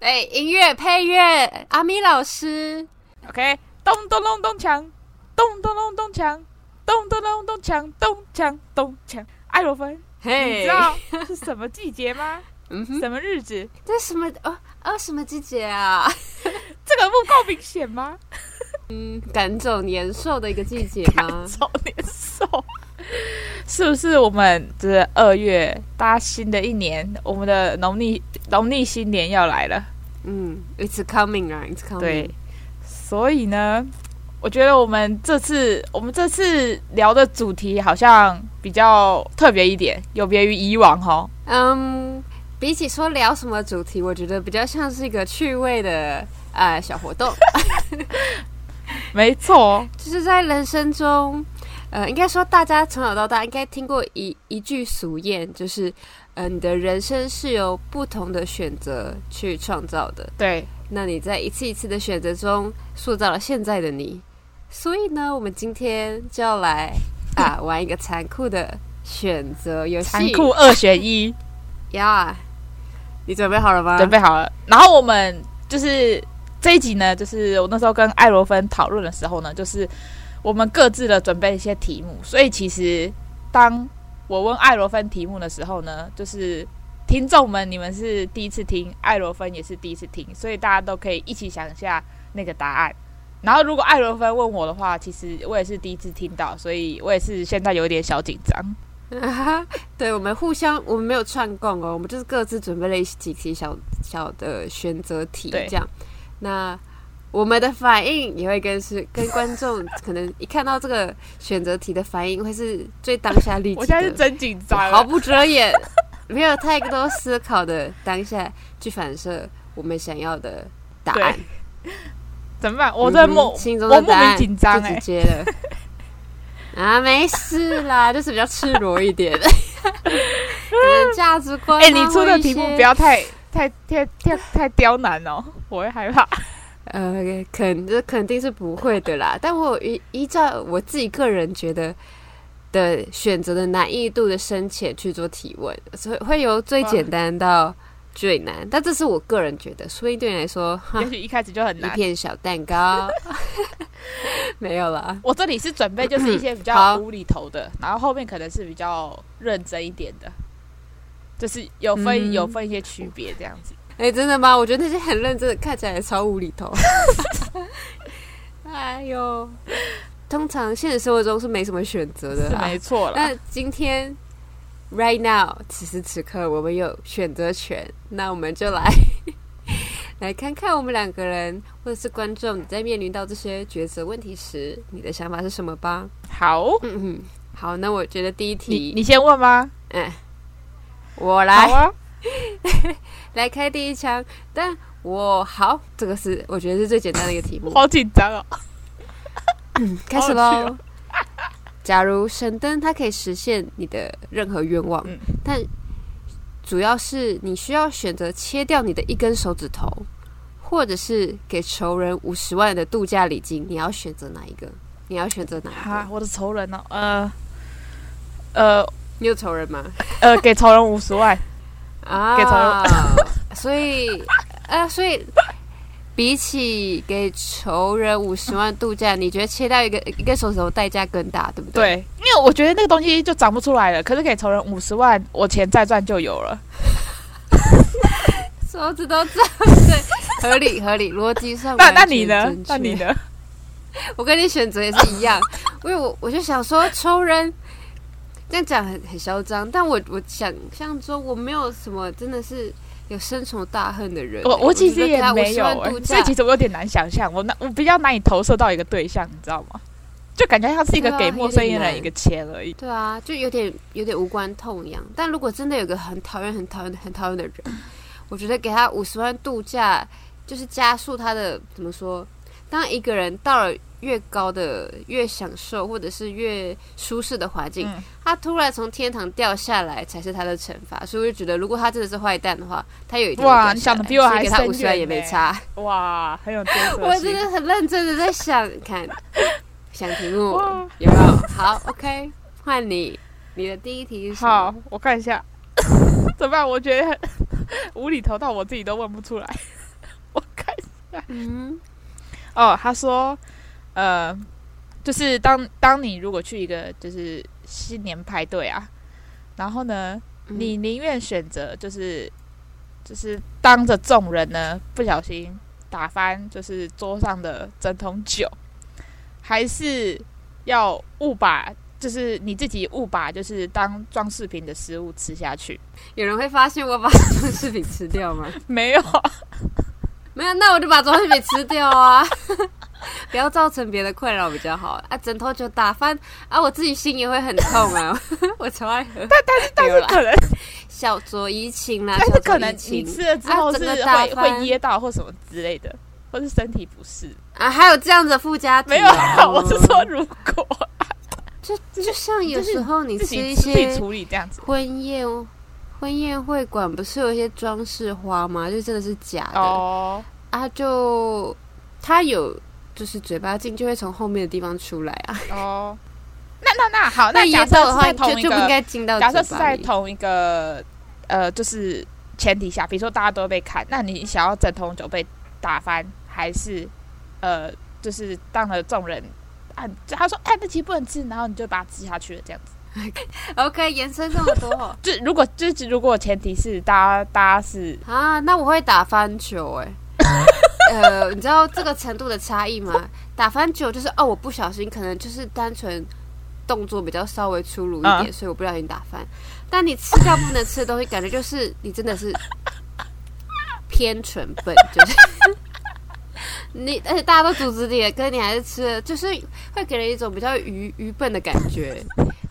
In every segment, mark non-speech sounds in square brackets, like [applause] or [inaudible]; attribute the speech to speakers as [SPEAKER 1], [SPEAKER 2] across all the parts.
[SPEAKER 1] 哎，音乐配乐，阿咪老师，
[SPEAKER 2] OK，咚咚咚咚锵，咚咚咚咚锵，咚咚咚咚锵，咚锵咚锵。艾罗芬，你
[SPEAKER 1] 嘿
[SPEAKER 2] 知，道
[SPEAKER 1] [laughs]
[SPEAKER 2] 是什么季节吗？
[SPEAKER 1] 哎嗯哼，
[SPEAKER 2] 什么日子？
[SPEAKER 1] 这什么哦哦什么季节啊？ [laughs]
[SPEAKER 2] 这个不够明显吗？
[SPEAKER 1] 嗯，赶走年兽的一个季节吗？
[SPEAKER 2] 少年兽，是不是我们这二月，大家新的一年，我们的农历农历新年要来了？
[SPEAKER 1] 嗯，It's coming 啊，It's coming。
[SPEAKER 2] 对，所以呢，我觉得我们这次我们这次聊的主题好像比较特别一点，有别于以往哦。
[SPEAKER 1] 嗯，比起说聊什么主题，我觉得比较像是一个趣味的呃小活 [laughs] 动，
[SPEAKER 2] 没错，
[SPEAKER 1] 就是在人生中，呃，应该说大家从小到大应该听过一一句俗谚，就是呃，你的人生是由不同的选择去创造的。
[SPEAKER 2] 对，
[SPEAKER 1] 那你在一次一次的选择中塑造了现在的你。所以呢，我们今天就要来啊
[SPEAKER 2] [laughs]
[SPEAKER 1] 玩一个残酷的选择游戏。
[SPEAKER 2] 残酷二选一，
[SPEAKER 1] 呀你准备好了吗？
[SPEAKER 2] 准备好了。然后我们就是这一集呢，就是我那时候跟艾罗芬讨论的时候呢，就是我们各自的准备一些题目，所以其实当我问艾罗芬题目的时候呢，就是。听众们，你们是第一次听，艾罗芬也是第一次听，所以大家都可以一起想一下那个答案。然后，如果艾罗芬问我的话，其实我也是第一次听到，所以我也是现在有点小紧张。
[SPEAKER 1] [laughs] 对，我们互相，我们没有串供哦，我们就是各自准备了一几题小小的选择题，
[SPEAKER 2] 对
[SPEAKER 1] 这样。那我们的反应也会跟是跟观众可能一看到这个选择题的反应，会是最当下立
[SPEAKER 2] [laughs] 我
[SPEAKER 1] 即
[SPEAKER 2] 现在是
[SPEAKER 1] 的，
[SPEAKER 2] 真紧张了，
[SPEAKER 1] 毫不遮掩，没有太多思考的当下去反射我们想要的答案。
[SPEAKER 2] 怎么办？我在
[SPEAKER 1] 梦
[SPEAKER 2] 莫，
[SPEAKER 1] 心中
[SPEAKER 2] 我
[SPEAKER 1] 的
[SPEAKER 2] 莫
[SPEAKER 1] 答
[SPEAKER 2] 名
[SPEAKER 1] 案
[SPEAKER 2] 紧张哎
[SPEAKER 1] 就直，接了。 [laughs] 啊，没事啦，就是比较赤裸一点，可 [laughs] 能价值观啊。
[SPEAKER 2] [laughs] 哎、你出
[SPEAKER 1] 或
[SPEAKER 2] 的
[SPEAKER 1] 一
[SPEAKER 2] 题目
[SPEAKER 1] 些
[SPEAKER 2] 不要太太太太太刁难哦，我会害怕。
[SPEAKER 1] 呃，肯这肯定是不会的啦。但我有依依照我自己个人觉得的选择的难易度的深浅去做提问，所以会由最
[SPEAKER 2] 哇
[SPEAKER 1] 简单到最难。但这是我个人觉得，所以对你来说， [laughs] 哈
[SPEAKER 2] 也，许一开始就很
[SPEAKER 1] 一
[SPEAKER 2] 难。
[SPEAKER 1] 片小蛋
[SPEAKER 2] [laughs]
[SPEAKER 1] 糕， [laughs] 没有啦。
[SPEAKER 2] 我这里是准备就是一些比
[SPEAKER 1] 好
[SPEAKER 2] 较无厘头的，然后后面可能是比较认真一点的，就是有分、
[SPEAKER 1] 嗯
[SPEAKER 2] 有分一些区别这样子。
[SPEAKER 1] 哎、真的吗？我觉得那些很认真的，看起来超无厘
[SPEAKER 2] [laughs]
[SPEAKER 1] 头。哎呦，通常现实生活中是没什么选择的
[SPEAKER 2] 是
[SPEAKER 1] 啦
[SPEAKER 2] 没。 [laughs] 错了，
[SPEAKER 1] 那今天，right now，此时此刻，我们有选择权，那我们就来 [laughs] 来看看我们两个人或者是观众，你在面临到这些抉择问题时，你的想法是什么吧？
[SPEAKER 2] 好，
[SPEAKER 1] 嗯嗯，好，那我觉得第一
[SPEAKER 2] 你
[SPEAKER 1] 题，哎
[SPEAKER 2] 你先问吗？
[SPEAKER 1] 我
[SPEAKER 2] 好
[SPEAKER 1] 来。
[SPEAKER 2] 啊，
[SPEAKER 1] 来开第一枪。但我好，这个是我觉得是最简单的一个题目。
[SPEAKER 2] 好紧张哦。
[SPEAKER 1] 开始
[SPEAKER 2] 好有趣啊哦
[SPEAKER 1] 喽。假如神灯它可以实现你的任何愿望，
[SPEAKER 2] 嗯
[SPEAKER 1] 但主要是你需要选择切掉你的一根手指头，或者是给仇人五十万的度假礼金，你要选择哪一个？你要选择哪一
[SPEAKER 2] 哈，
[SPEAKER 1] 个？
[SPEAKER 2] 我的仇人哦，呃呃
[SPEAKER 1] 你有仇人吗？
[SPEAKER 2] 呃，给仇人五十万，
[SPEAKER 1] 啊，
[SPEAKER 2] [laughs] 给仇
[SPEAKER 1] 所以，啊，所以比起给仇人五十万度假，你觉得切掉一个 [laughs] 一个手指头代价更大，对不对？
[SPEAKER 2] 对，因为我觉得那个东西就长不出来了。可是给仇人五十万，我钱再赚就有了。
[SPEAKER 1] 对，手指头这样，对，合理合理，逻辑上
[SPEAKER 2] 那
[SPEAKER 1] 啊完全
[SPEAKER 2] 那你呢
[SPEAKER 1] 正？确
[SPEAKER 2] 那你？呢？
[SPEAKER 1] 我跟你选择也是一样，因为我我就想说仇人。这样讲很很嚣张，但我我想象中我没有什么真的是有深仇大恨的人欸、
[SPEAKER 2] 我我其
[SPEAKER 1] 觉
[SPEAKER 2] 实
[SPEAKER 1] 得
[SPEAKER 2] 也
[SPEAKER 1] 给他
[SPEAKER 2] 没
[SPEAKER 1] 50
[SPEAKER 2] 有
[SPEAKER 1] 万
[SPEAKER 2] 哎、
[SPEAKER 1] 度
[SPEAKER 2] 所以
[SPEAKER 1] 假
[SPEAKER 2] 其实我有点难想象，我那我比较难以投射到一个对象，你知道吗？就感觉他是一个
[SPEAKER 1] 对啊
[SPEAKER 2] 给陌生
[SPEAKER 1] 有点
[SPEAKER 2] 人
[SPEAKER 1] 难
[SPEAKER 2] 一个钱而已。
[SPEAKER 1] 对啊，就有点有点无关痛痒。但如果真的有个很讨厌、很讨厌、很讨厌的人，我觉得给他五十万度假，就是加速他的怎么说？当一个人到了越高的、越享受或者是越舒适的环境，
[SPEAKER 2] 嗯
[SPEAKER 1] 他突然从天堂掉下来才是他的惩罚。所以我就觉得，如果他真的是坏蛋的话，他有一天会掉
[SPEAKER 2] 哇你
[SPEAKER 1] 下
[SPEAKER 2] 想得
[SPEAKER 1] 来
[SPEAKER 2] 比我
[SPEAKER 1] 所以
[SPEAKER 2] 还
[SPEAKER 1] 给他
[SPEAKER 2] 深
[SPEAKER 1] 五十万也
[SPEAKER 2] 远
[SPEAKER 1] 没
[SPEAKER 2] 呢
[SPEAKER 1] 差。
[SPEAKER 2] 哇，很有建设
[SPEAKER 1] 我
[SPEAKER 2] 性
[SPEAKER 1] 真。的很认真的在想，看想题目
[SPEAKER 2] 哇
[SPEAKER 1] 有没有？好，OK，换你，你的第一题是什么
[SPEAKER 2] 好，， [laughs] 我看一下，怎么办？我觉得很无厘头到我自己都问不出来。 [laughs]
[SPEAKER 1] 嗯，
[SPEAKER 2] 哦，他说，呃，就是当当你如果去一个就是新年派对啊，然后呢，
[SPEAKER 1] 嗯
[SPEAKER 2] 你宁愿选择就是就是当着众人呢不小心打翻就是桌上的整桶酒，还是要误把就是你自己误把就是当装饰品的食物吃下去？ [laughs]
[SPEAKER 1] 有人会发现我把装饰品吃掉吗？ [laughs]
[SPEAKER 2] 没有，
[SPEAKER 1] 哦没有，那我就把装饰品吃掉啊， [laughs] 不要造成别的困扰比较好啊。枕头就打翻啊，我自己心也会很痛啊。 [laughs] 我超爱喝，
[SPEAKER 2] 但
[SPEAKER 1] 没有
[SPEAKER 2] 是
[SPEAKER 1] 啦
[SPEAKER 2] 可能
[SPEAKER 1] 小酌怡情啦，
[SPEAKER 2] 但
[SPEAKER 1] 啊小
[SPEAKER 2] 是可
[SPEAKER 1] 酌
[SPEAKER 2] 能
[SPEAKER 1] 怡
[SPEAKER 2] 你
[SPEAKER 1] 情
[SPEAKER 2] 吃了之后
[SPEAKER 1] 啊
[SPEAKER 2] 是
[SPEAKER 1] 整个
[SPEAKER 2] 会、
[SPEAKER 1] 打翻
[SPEAKER 2] 会噎到或什么之类的，或是身体不适。
[SPEAKER 1] 啊，还有这样子的附加题
[SPEAKER 2] 没有
[SPEAKER 1] 哦、
[SPEAKER 2] 啊， [laughs] 我是说如果
[SPEAKER 1] 就就像有
[SPEAKER 2] 就是
[SPEAKER 1] 时候 [laughs] 你
[SPEAKER 2] 自
[SPEAKER 1] 吃
[SPEAKER 2] 己
[SPEAKER 1] 一
[SPEAKER 2] 自己
[SPEAKER 1] 些
[SPEAKER 2] 处理这样子。
[SPEAKER 1] 婚宴婚宴会馆，不是有一些装饰花吗？就真的是假的
[SPEAKER 2] 哦，
[SPEAKER 1] 啊，就它有就是嘴巴进就会从后面的地方出来啊。
[SPEAKER 2] 哦，那那那好，那假
[SPEAKER 1] 噎
[SPEAKER 2] 设
[SPEAKER 1] 到的
[SPEAKER 2] 是
[SPEAKER 1] 话
[SPEAKER 2] 在
[SPEAKER 1] 就
[SPEAKER 2] 同一
[SPEAKER 1] 就不应
[SPEAKER 2] 个，
[SPEAKER 1] 该进到
[SPEAKER 2] 假
[SPEAKER 1] 嘴
[SPEAKER 2] 设是
[SPEAKER 1] 巴
[SPEAKER 2] 在
[SPEAKER 1] 里
[SPEAKER 2] 同一个呃，就是前提下，比如说大家都被砍，那你想要整桶酒被打翻，还是呃，就是当了众人按，就他说哎，那其实不能吃，然后你就把它吃下去了，这样子。
[SPEAKER 1] OK 延伸这么多
[SPEAKER 2] 就如果就是如果前提是大家大家是
[SPEAKER 1] 啊，那我会打翻球哎、呃，你知道这个程度的差异吗？打翻球就是哦，我不小心可能就是单纯动作比较稍微粗鲁一点，
[SPEAKER 2] 嗯
[SPEAKER 1] 所以我不小心打翻。但你吃掉不能吃的东西，感觉就是你真的是偏蠢笨，就是 [laughs] 你，而且大家都阻止你了，可是你还是吃了，就是会给人一种比较愚愚笨的感觉。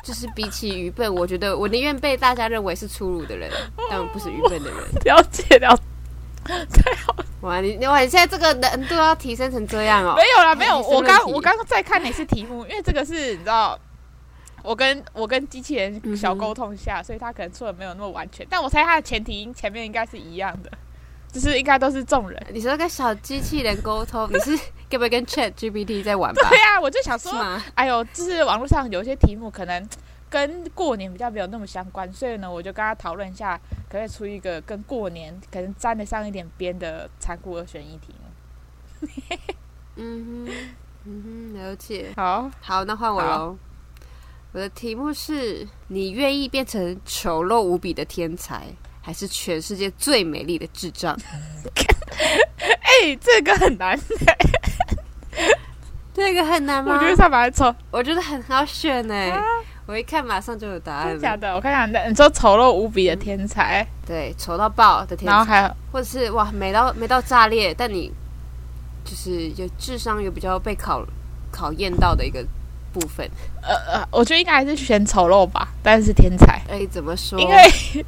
[SPEAKER 1] 就是比起愚笨，我觉得我宁愿被大家认为是粗鲁的人，但我不是愚笨的人。
[SPEAKER 2] 了解了 [laughs] 解，太好了。
[SPEAKER 1] 哇，你哇，你现在这个难度要提升成这样哦
[SPEAKER 2] 没？有啦，没
[SPEAKER 1] 哎
[SPEAKER 2] 有。
[SPEAKER 1] 你是
[SPEAKER 2] 我
[SPEAKER 1] 问
[SPEAKER 2] 刚
[SPEAKER 1] 题
[SPEAKER 2] 我刚刚在看哪是题目，因为这个是你知道，我跟我跟机器人小
[SPEAKER 1] 嗯哼
[SPEAKER 2] 沟通一下，所以他可能出的没有那么完全。但我猜他的前提前面应该是一样的，就是应该都是众 [laughs] 人。
[SPEAKER 1] 你说跟小机器人沟通，你是
[SPEAKER 2] [laughs]
[SPEAKER 1] 该不会跟 Chat GPT 在玩吧
[SPEAKER 2] 对？呀、我就想
[SPEAKER 1] 是
[SPEAKER 2] 说，
[SPEAKER 1] 吗？
[SPEAKER 2] 哎呦，就是网络上有一些题目可能跟过年比较没有那么相关，所以呢，我就跟他讨论一下，可不可以出一个跟过年可能沾得上一点边的残酷二选一题目。
[SPEAKER 1] 嗯哼，嗯哼，了解。
[SPEAKER 2] 好，
[SPEAKER 1] 好，那换我
[SPEAKER 2] 好
[SPEAKER 1] 喽。我的题目是：你愿意变成丑陋无比的天才，还是全世界最美丽的智
[SPEAKER 2] [laughs]
[SPEAKER 1] 障？
[SPEAKER 2] 哎、这个很难，
[SPEAKER 1] 这个很难吗？
[SPEAKER 2] 我觉得他把它抽
[SPEAKER 1] 我觉得很好选呢、我一看马上就有答案
[SPEAKER 2] 真假
[SPEAKER 1] 了。
[SPEAKER 2] 的？我看看，那你说丑陋无比的天才，
[SPEAKER 1] 对，丑到爆的天
[SPEAKER 2] 然后
[SPEAKER 1] 才，
[SPEAKER 2] 还有
[SPEAKER 1] 或者是哇美到美到炸裂，但你就是有智商有比较被考考验到的一个部分。
[SPEAKER 2] 呃呃，我觉得应该还是选丑陋吧，但是天才，
[SPEAKER 1] 哎，怎么说？
[SPEAKER 2] 因为 [laughs]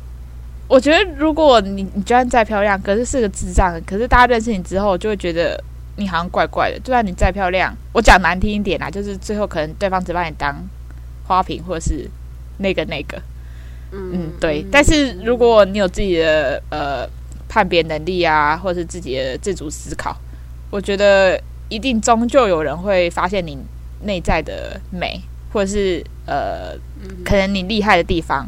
[SPEAKER 2] 我觉得如果你你就算再漂亮，可是是个智障，可是大家认识你之后就会觉得你好像怪怪的。就算你再漂亮，我讲难听一点啦，就是最后可能对方只把你当花瓶或者是那个那个，嗯，对。但是如果你有自己的呃判别能力啊，或是自己的自主思考，我觉得一定终究有人会发现你内在的美，或者是呃，可能你厉害的地方。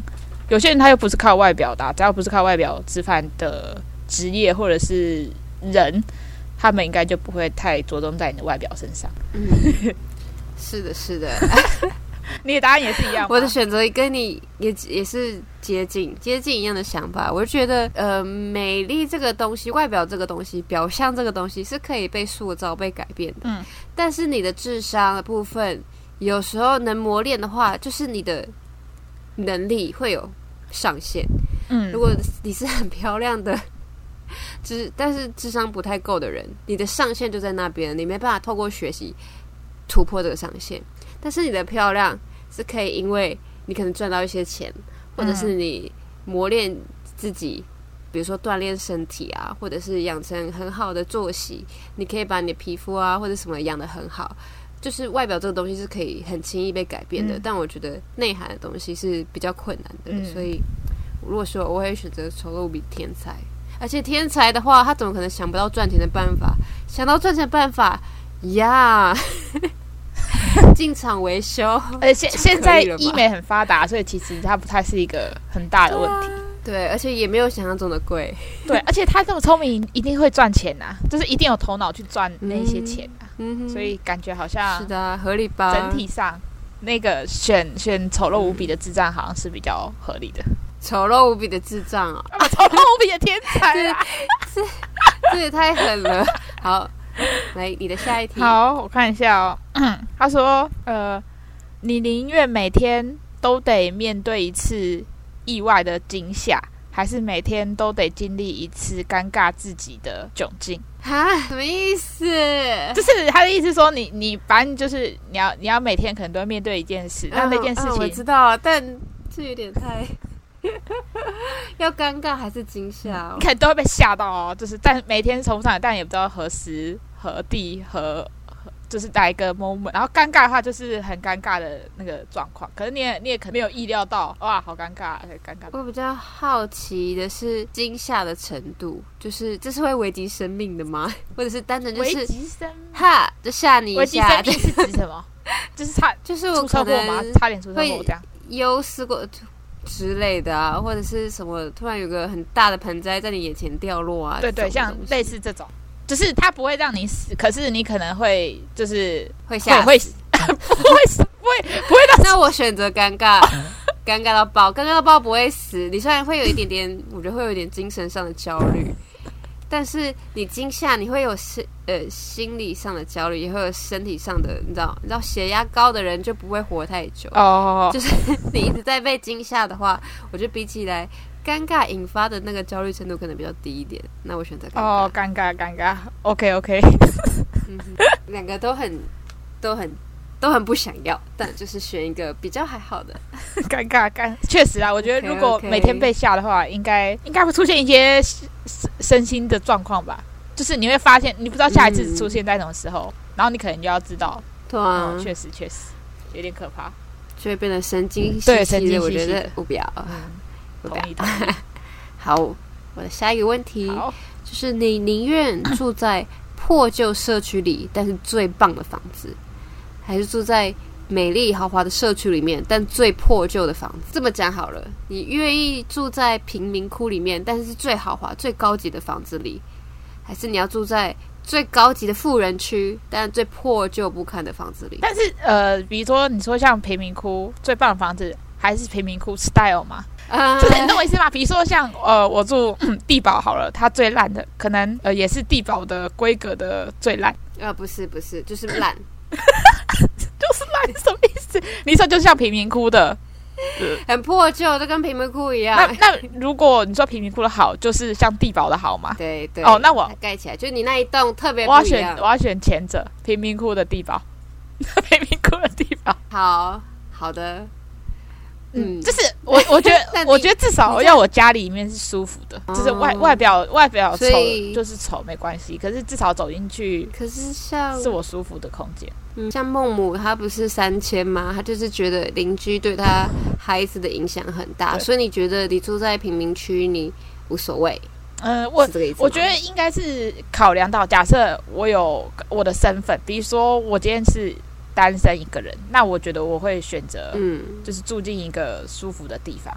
[SPEAKER 2] 有些人他又不是靠外表的啊、只要不是靠外表吃饭的职业或者是人，他们应该就不会太着重在你的外表身上。
[SPEAKER 1] 是的，是的，
[SPEAKER 2] 你的答案也是一样吗，
[SPEAKER 1] 我的选择跟你也也是接近接近一样的想法。我就觉得，呃，美丽这个东西，外表这个东西，表象这个东西是可以被塑造、被改变的。
[SPEAKER 2] 嗯，
[SPEAKER 1] 但是你的智商的部分，有时候能磨练的话，就是你的能力会有上限。
[SPEAKER 2] 嗯
[SPEAKER 1] 如，果你是很漂亮的， [laughs] 智但是智商不太够的人，你的上限就在那边，你没办法透过学习突破这个上限。但是你的漂亮是可以，因为你可能赚到一些钱，或
[SPEAKER 2] 嗯
[SPEAKER 1] 者是你磨练自己，比如说锻炼身体啊，或者是养成很好的作息，你可以把你的皮肤啊或者什么养得很好。就是外表这个东西是可以很轻易被改变的，
[SPEAKER 2] 嗯
[SPEAKER 1] 但我觉得内涵的东西是比较困难的，
[SPEAKER 2] 嗯
[SPEAKER 1] 所以如果说我会选择丑陋比天才，而且天才的话，他怎么可能想不到赚钱的办法？想到赚钱的办法呀， [laughs] 进场维修
[SPEAKER 2] 呃而且现
[SPEAKER 1] 可
[SPEAKER 2] 在
[SPEAKER 1] 以了吧
[SPEAKER 2] 医美很发达，所以其实它不太是一个很大的问题。
[SPEAKER 1] 对啊对，而且也没有想象中的贵。
[SPEAKER 2] [laughs] 对，而且他这么聪明，一定会赚钱呐、就是一定有头脑去赚那些钱啊。
[SPEAKER 1] 嗯哼，
[SPEAKER 2] 所以感觉好
[SPEAKER 1] 是
[SPEAKER 2] 像
[SPEAKER 1] 的啊，合理吧？
[SPEAKER 2] 整体上，那个选选丑陋无比的智障好像是比较合理的。
[SPEAKER 1] 嗯丑陋无比的智障哦，
[SPEAKER 2] 啊丑陋无比的天才
[SPEAKER 1] 这
[SPEAKER 2] 啊！
[SPEAKER 1] 这 [laughs] 这也太狠了。好，来你的下一题。，
[SPEAKER 2] 好，我看一下哦。
[SPEAKER 1] 嗯
[SPEAKER 2] [clears throat] 他说，呃，你宁愿每天都得面对一次意外的惊吓，还是每天都得经历一次尴尬自己的窘境？
[SPEAKER 1] 哈，什么意思？ [laughs]
[SPEAKER 2] 就是他的意思说你，你反正就是你要你要每天可能都要面对一件事，那、那件事
[SPEAKER 1] 嗯嗯我
[SPEAKER 2] 情
[SPEAKER 1] 知道，但这有点太 [laughs] 要尴尬还是惊吓哦
[SPEAKER 2] 你？可能都会被吓到哦。就是但每天重上，但也不知道何时何地何。何就是来一个 moment，然后尴尬的话就是很尴尬的那个状况，可是你也你也可能没有意料到，哇，好尴尬，很尴尬。
[SPEAKER 1] 我比较好奇的是惊吓的程度，就是这是会危及生命的吗？或者是单纯就
[SPEAKER 2] 危
[SPEAKER 1] 是
[SPEAKER 2] 及生命，
[SPEAKER 1] 哈，就吓你一
[SPEAKER 2] 危及
[SPEAKER 1] 下
[SPEAKER 2] 生，命是指
[SPEAKER 1] [laughs]
[SPEAKER 2] 什么？就是差
[SPEAKER 1] 就是我
[SPEAKER 2] 出车
[SPEAKER 1] 可
[SPEAKER 2] 祸吗
[SPEAKER 1] 能？
[SPEAKER 2] 差点出车祸
[SPEAKER 1] 会
[SPEAKER 2] 这样。
[SPEAKER 1] 忧思过之类的啊，或者是什么突然有个很大的盆栽在你眼前掉落啊，
[SPEAKER 2] 对对，
[SPEAKER 1] 这种
[SPEAKER 2] 像
[SPEAKER 1] 东西
[SPEAKER 2] 类似这种，就是它不会让你死，可是你可能会就是
[SPEAKER 1] 会
[SPEAKER 2] 会
[SPEAKER 1] 吓死。
[SPEAKER 2] 会不会死不会不会让
[SPEAKER 1] 那我选择尴尬，尴尬到爆，尴尬到爆不会死。你虽然会有一点点，我觉得会有一点精神上的焦虑，但是你惊吓，你会有心呃心理上的焦虑，也会有身体上的，你知道，你知道血压高的人就不会活太久。
[SPEAKER 2] 哦
[SPEAKER 1] 就是你一直在被惊吓的话，我觉得比起来，尴尬引发的那个焦虑程度可能比较低一点。那我选择尴尬，
[SPEAKER 2] 哦，尴尬尴尬，OK OK，
[SPEAKER 1] 嗯哼两个都很都很都很不想要，但就是选一个比较还好的。
[SPEAKER 2] [laughs] 尴尬尴，确实啊，我觉得如果
[SPEAKER 1] OK，OK
[SPEAKER 2] 每天被吓的话，应该应该会出现一些身身心的状况吧，就是你会发现你不知道下一次
[SPEAKER 1] 嗯
[SPEAKER 2] 出现在什么时候，然后你可能就要知道，
[SPEAKER 1] 对啊
[SPEAKER 2] 嗯，，确实确实有点可怕。
[SPEAKER 1] 就会变得神经兮
[SPEAKER 2] 对神
[SPEAKER 1] 兮
[SPEAKER 2] 经
[SPEAKER 1] 的。我
[SPEAKER 2] 兮
[SPEAKER 1] 觉
[SPEAKER 2] 兮
[SPEAKER 1] 得
[SPEAKER 2] 的
[SPEAKER 1] 不表
[SPEAKER 2] 嗯，
[SPEAKER 1] 不
[SPEAKER 2] 同
[SPEAKER 1] 表。
[SPEAKER 2] 意同
[SPEAKER 1] 好，我的下一个问题
[SPEAKER 2] 意。好，
[SPEAKER 1] 就是你宁愿住在破旧社区里，但是最棒的房子，还是住在美丽豪华的社区里面，但最破旧的房子？这么讲好了，你愿意住在贫民窟里面，但是是最豪华、最高级的房子里，还是你要住在最高级的富人区，但最破旧不堪的房子里？
[SPEAKER 2] 但是呃，比如说你说像贫民窟最棒的房子。还是贫民窟 style 嘛，
[SPEAKER 1] 啊 [laughs]
[SPEAKER 2] 就是你懂我意思吗？比如说像呃，我住 [coughs] 嗯地堡好了，它最烂的可能呃也是地堡的规格的最烂，
[SPEAKER 1] 呃，不是不是，就是烂。
[SPEAKER 2] 就是烂什么意思？你说就像贫民窟的，
[SPEAKER 1] 很破旧，就跟贫民窟一
[SPEAKER 2] 那
[SPEAKER 1] 样。
[SPEAKER 2] 那如果你说贫民窟的好，就是像地堡的好嘛？
[SPEAKER 1] [laughs] 对对。
[SPEAKER 2] 哦那我
[SPEAKER 1] 它盖起来，就是你那一栋特别
[SPEAKER 2] 我要
[SPEAKER 1] 不一
[SPEAKER 2] 选
[SPEAKER 1] 样
[SPEAKER 2] 我。要选前者，贫民窟的地堡， [laughs] 贫民窟的地堡。
[SPEAKER 1] 好好的，嗯
[SPEAKER 2] 嗯，就是我，我觉
[SPEAKER 1] [laughs] 那
[SPEAKER 2] 得，
[SPEAKER 1] 你
[SPEAKER 2] 我觉得至少要我家里面是舒服的，
[SPEAKER 1] 哦
[SPEAKER 2] 就是外外表外表丑
[SPEAKER 1] 所以
[SPEAKER 2] 就是丑没关系，可是至少走进去
[SPEAKER 1] 可是像
[SPEAKER 2] 是我舒服的空间。
[SPEAKER 1] 嗯像孟母，她不是三千吗？她就是觉得邻居对她孩子的影响很大，
[SPEAKER 2] 对
[SPEAKER 1] 所以你觉得你住在贫民区，你无所谓，
[SPEAKER 2] 嗯，我
[SPEAKER 1] 是这个意思吗
[SPEAKER 2] 我觉得应该是考量到，假设我有我的身份，比如说我今天是单身一个人，那我觉得我会选择
[SPEAKER 1] 嗯，
[SPEAKER 2] 就是住进一个舒服的地方。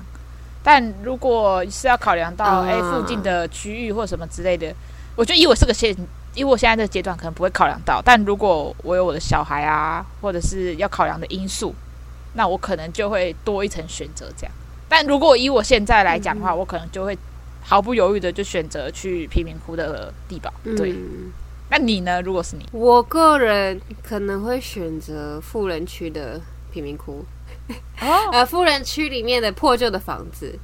[SPEAKER 2] 但如果是要考量到
[SPEAKER 1] 啊
[SPEAKER 2] 哎、附近的区域或什么之类的，我觉得以我这个现，以我现在这个阶段可能不会考量到。但如果我有我的小孩啊，或者是要考量的因素，那我可能就会多一层选择这样。但如果以我现在来讲
[SPEAKER 1] 嗯
[SPEAKER 2] 的话，我可能就会毫不犹豫的就选择去贫民窟的地堡。对，
[SPEAKER 1] 嗯
[SPEAKER 2] 那你呢？如果是你，
[SPEAKER 1] 我个人可能会选择富人区的贫民窟，
[SPEAKER 2] 哦，
[SPEAKER 1] 呃，富人区里面的破旧的房子。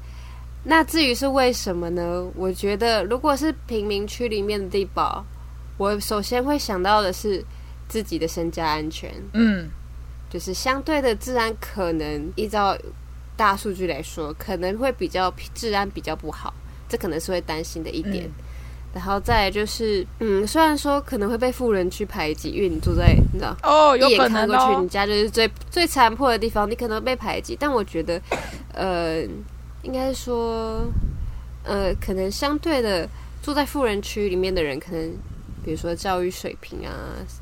[SPEAKER 1] 那至于是为什么呢？我觉得如果是贫民区里面的地堡，我首先会想到的是自己的身家安全，
[SPEAKER 2] 嗯，
[SPEAKER 1] 就是相对的治安可能依照大数据来说，可能会比较治安比较不好，这可能是会担心的一点。
[SPEAKER 2] 嗯
[SPEAKER 1] 然后再来就是，嗯，虽然说可能会被富人区排挤，因为你住在你知道
[SPEAKER 2] 哦，有
[SPEAKER 1] 一
[SPEAKER 2] 可
[SPEAKER 1] 眼看
[SPEAKER 2] 能
[SPEAKER 1] 过去，
[SPEAKER 2] 哦
[SPEAKER 1] 你，家就是最最残破的地方，你可能被排挤。但我觉得，呃，应该是说，呃，可能相对的，住在富人区里面的人，可能比如说教育水平啊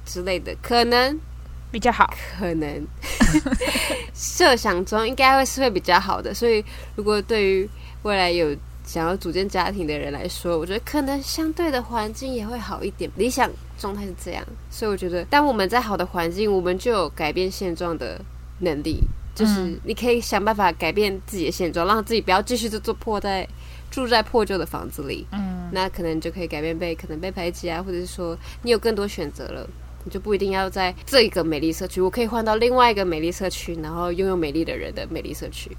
[SPEAKER 1] 之类的，可能
[SPEAKER 2] 比较好。
[SPEAKER 1] 可能设想中应该会是会比较好的。所以，如果对于未来有想要组建家庭的人来说，我觉得可能相对的环境也会好一点。理想状态是这样，所以我觉得，当我们在好的环境，我们就有改变现状的能力，就是
[SPEAKER 2] 嗯
[SPEAKER 1] 你可以想办法改变自己的现状，让自己不要继续就做破在住在破旧的房子里。
[SPEAKER 2] 嗯，
[SPEAKER 1] 那可能你就可以改变被可能被排挤啊，或者是说你有更多选择了，你就不一定要在这一个美丽社区，我可以换到另外一个美丽社区，然后拥有美丽的人的美丽社区。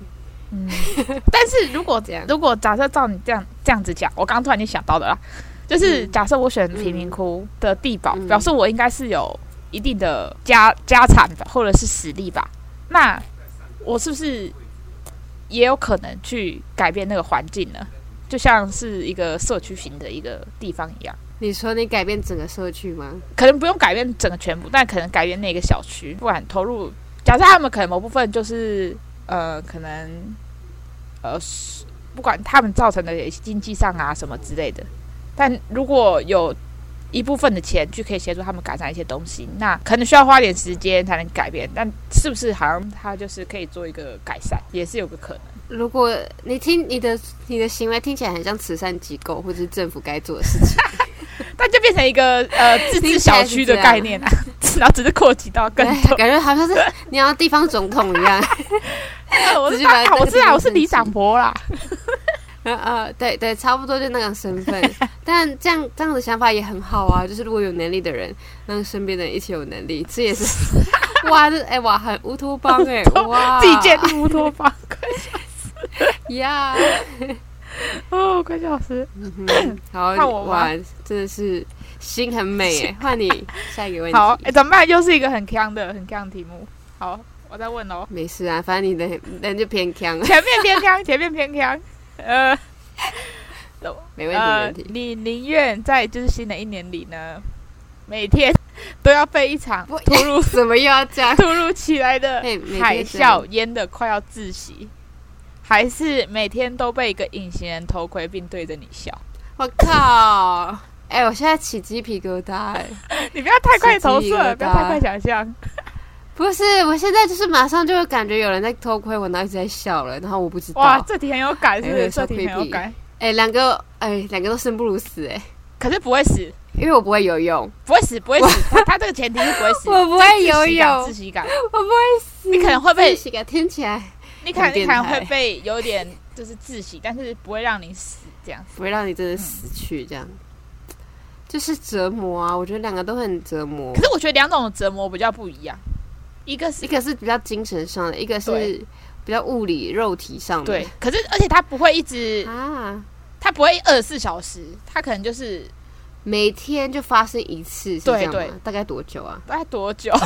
[SPEAKER 2] [laughs] 但是如果
[SPEAKER 1] 这样
[SPEAKER 2] 如果假设照你这样这样子讲，我刚刚突然间想到的啦，就是假设我选贫民窟的地保，
[SPEAKER 1] 嗯
[SPEAKER 2] 表示我应该是有一定的家家产吧，或者是实力吧。那我是不是也有可能去改变那个环境呢？就像是一个社区型的一个地方一样，
[SPEAKER 1] 你说你改变整个社区吗？
[SPEAKER 2] 可能不用改变整个全部，但可能改变那个小区，不然投入。假设他们可能某部分就是呃，可能呃，是不管他们造成的经济上啊什么之类的，但如果有一部分的钱去可以协助他们改善一些东西，那可能需要花点时间才能改变。但是不是好像他就是可以做一个改善，也是有个可能。
[SPEAKER 1] 如果你听你的你的行为听起来很像慈善机构或者是政府该做的事情，
[SPEAKER 2] 但就变成一个呃自治小区的概念啊，然后只是扩及到 [laughs] 更
[SPEAKER 1] 哎
[SPEAKER 2] 多。
[SPEAKER 1] 感觉好像是你要地方总统一样。
[SPEAKER 2] 我
[SPEAKER 1] 直
[SPEAKER 2] 是
[SPEAKER 1] 接把
[SPEAKER 2] 大我是啊，我是
[SPEAKER 1] 那个地方升级
[SPEAKER 2] 李长博啦。
[SPEAKER 1] 呃呃，对对，差不多就那个身
[SPEAKER 2] [laughs]
[SPEAKER 1] 份。但这样这样的想法也很好啊，就是如果有能力的人，让身边的人一起有能力，这
[SPEAKER 2] [laughs]
[SPEAKER 1] 也是哇，这哎、哇，很乌托邦哎、哇，
[SPEAKER 2] 自己建立乌托 [laughs] 邦，
[SPEAKER 1] 呀。
[SPEAKER 2] 哦，快笑死！
[SPEAKER 1] 嗯
[SPEAKER 2] [laughs]
[SPEAKER 1] 哼好，
[SPEAKER 2] 换我吗
[SPEAKER 1] 哇，真的是心很美
[SPEAKER 2] [laughs]
[SPEAKER 1] 哎、换你下一个问题。
[SPEAKER 2] 好，哎、怎么办？又是一个很强的、很强的题目。好，我再问 [laughs] 哦。
[SPEAKER 1] 没事啊，反正你的人就偏强，啊
[SPEAKER 2] [laughs] 前面偏强，前面偏强。 [laughs] 呃
[SPEAKER 1] 没问题，没
[SPEAKER 2] 呃，
[SPEAKER 1] 问题。
[SPEAKER 2] 你宁愿在就是新的一年里呢，每天都要被一 [laughs] 场
[SPEAKER 1] 不
[SPEAKER 2] 突如？
[SPEAKER 1] [laughs] 怎么又要这样
[SPEAKER 2] 突如其来 [laughs] 的
[SPEAKER 1] 哎每天
[SPEAKER 2] 海
[SPEAKER 1] 这样
[SPEAKER 2] 啸淹得快要窒息，还是每天都被一个隐形人头盔并对着你笑？ [laughs]
[SPEAKER 1] 我靠！哎、我现在起鸡皮疙瘩、哎
[SPEAKER 2] 你不要太快
[SPEAKER 1] 起鸡
[SPEAKER 2] 投
[SPEAKER 1] 皮
[SPEAKER 2] 射，
[SPEAKER 1] 疙
[SPEAKER 2] 不要太
[SPEAKER 1] 瘩
[SPEAKER 2] 快想象。
[SPEAKER 1] 不是，我现在就是马上就会感觉有人在偷窥我，然后一直在笑了，然后我不知道。
[SPEAKER 2] 哇，这题很有感，是不
[SPEAKER 1] 哎
[SPEAKER 2] 是？
[SPEAKER 1] 有
[SPEAKER 2] 这
[SPEAKER 1] 小
[SPEAKER 2] 题很有
[SPEAKER 1] creepy
[SPEAKER 2] 感，
[SPEAKER 1] 哎、两个，哎、两个都生不如死、哎，
[SPEAKER 2] 可是不会死，
[SPEAKER 1] 因为我不会游泳，
[SPEAKER 2] 不会死，不会死。他他这个前提是不会死，
[SPEAKER 1] 我不会游
[SPEAKER 2] 窒息感
[SPEAKER 1] 泳
[SPEAKER 2] 窒息感，
[SPEAKER 1] 我不会死。
[SPEAKER 2] 你可能会哎被，
[SPEAKER 1] 自己给听起来
[SPEAKER 2] 你可能
[SPEAKER 1] 很变
[SPEAKER 2] 你可
[SPEAKER 1] 态
[SPEAKER 2] 能会被有点就是窒息，但是不会让你死这样子。
[SPEAKER 1] 不会让你真的死去，这样、就是折磨啊！我觉得两个都很折磨
[SPEAKER 2] 可，是我觉得两种折磨比较不一样，一个是
[SPEAKER 1] 一个是比较精神上的，一个是
[SPEAKER 2] 对
[SPEAKER 1] 比较物理肉体上的。
[SPEAKER 2] 对，可是而且他不会一直，
[SPEAKER 1] 啊，
[SPEAKER 2] 他不会二十四小时，他可能就是
[SPEAKER 1] 每天就发生一次，是这样吗？
[SPEAKER 2] 对对
[SPEAKER 1] 大概多久啊？
[SPEAKER 2] 大概多久？ [laughs]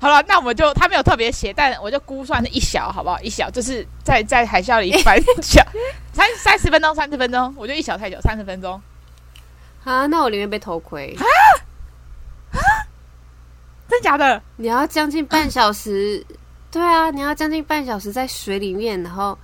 [SPEAKER 2] 好了，那我们就他没有特别写，但我就估算是一小，好不好？一小就是在在海啸
[SPEAKER 1] [laughs]
[SPEAKER 2] 里翻小三三十分钟，三十分钟，我就一小太久，三十分钟。
[SPEAKER 1] 啊，那我宁愿被偷窥。
[SPEAKER 2] 真假的？
[SPEAKER 1] 你要将近半小时，对啊，你要将近半小时在水里面，然后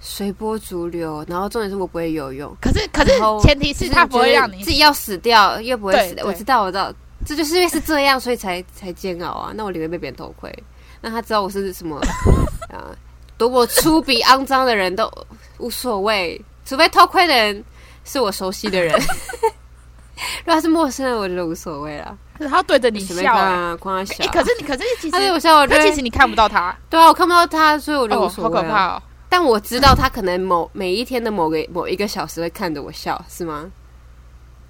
[SPEAKER 1] 随波逐流，然后重点是我不会游泳，
[SPEAKER 2] 可是可是
[SPEAKER 1] 然后
[SPEAKER 2] 前提
[SPEAKER 1] 就是
[SPEAKER 2] 他不会让
[SPEAKER 1] 觉
[SPEAKER 2] 你
[SPEAKER 1] 得自己要死掉，又不会死
[SPEAKER 2] 对
[SPEAKER 1] 掉。我
[SPEAKER 2] 对
[SPEAKER 1] 知道，我知道，这就是因为是这样，所以才才煎熬啊。那我宁愿被别人偷窥，那他知道我是 [laughs] 什么啊，多么粗鄙肮脏的人都无所谓，除非偷窥的人是我熟悉的 [laughs] 人。如果他是陌生人，我觉得无所谓啦，
[SPEAKER 2] 然后对着你
[SPEAKER 1] 随便
[SPEAKER 2] 笑、
[SPEAKER 1] 看
[SPEAKER 2] 哎
[SPEAKER 1] 啊，光他
[SPEAKER 2] 哎、
[SPEAKER 1] 笑。
[SPEAKER 2] 可是你可是其
[SPEAKER 1] 他对
[SPEAKER 2] 实
[SPEAKER 1] 我笑，我觉
[SPEAKER 2] 他
[SPEAKER 1] 得
[SPEAKER 2] 其实你看不到他，
[SPEAKER 1] 对啊，我看不到他，所以我就无
[SPEAKER 2] 哦，
[SPEAKER 1] 所
[SPEAKER 2] 好
[SPEAKER 1] 谓、
[SPEAKER 2] 可
[SPEAKER 1] 啊
[SPEAKER 2] 怕哦！
[SPEAKER 1] 但我知道他可能某 [coughs] 每一天的某个某一个小时会看着我笑，是吗？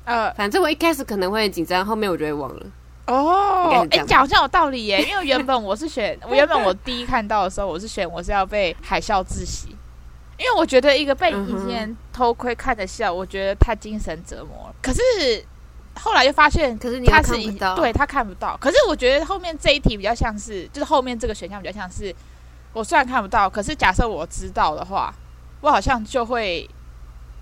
[SPEAKER 2] 呃，
[SPEAKER 1] 反正我一开始可能会很紧张，后面我就会忘了。应该
[SPEAKER 2] 哦
[SPEAKER 1] 是，这
[SPEAKER 2] 哎、
[SPEAKER 1] 样吧
[SPEAKER 2] 讲好像有道理耶，因为原本我是选， [laughs] 我原本我第一看到的时候，我是选我是要被海啸窒息，因为我觉得一个被
[SPEAKER 1] 嗯哼
[SPEAKER 2] 隐形人偷窥看着笑，我觉得太精神折磨了。可是后来就发现
[SPEAKER 1] 可是你又
[SPEAKER 2] 他
[SPEAKER 1] 看
[SPEAKER 2] 是
[SPEAKER 1] 不
[SPEAKER 2] 一
[SPEAKER 1] 到，
[SPEAKER 2] 对他看不到。可是我觉得后面这一题比较像是，就是后面这个选项比较像是，我虽然看不到，可是假设我知道的话，我好像就会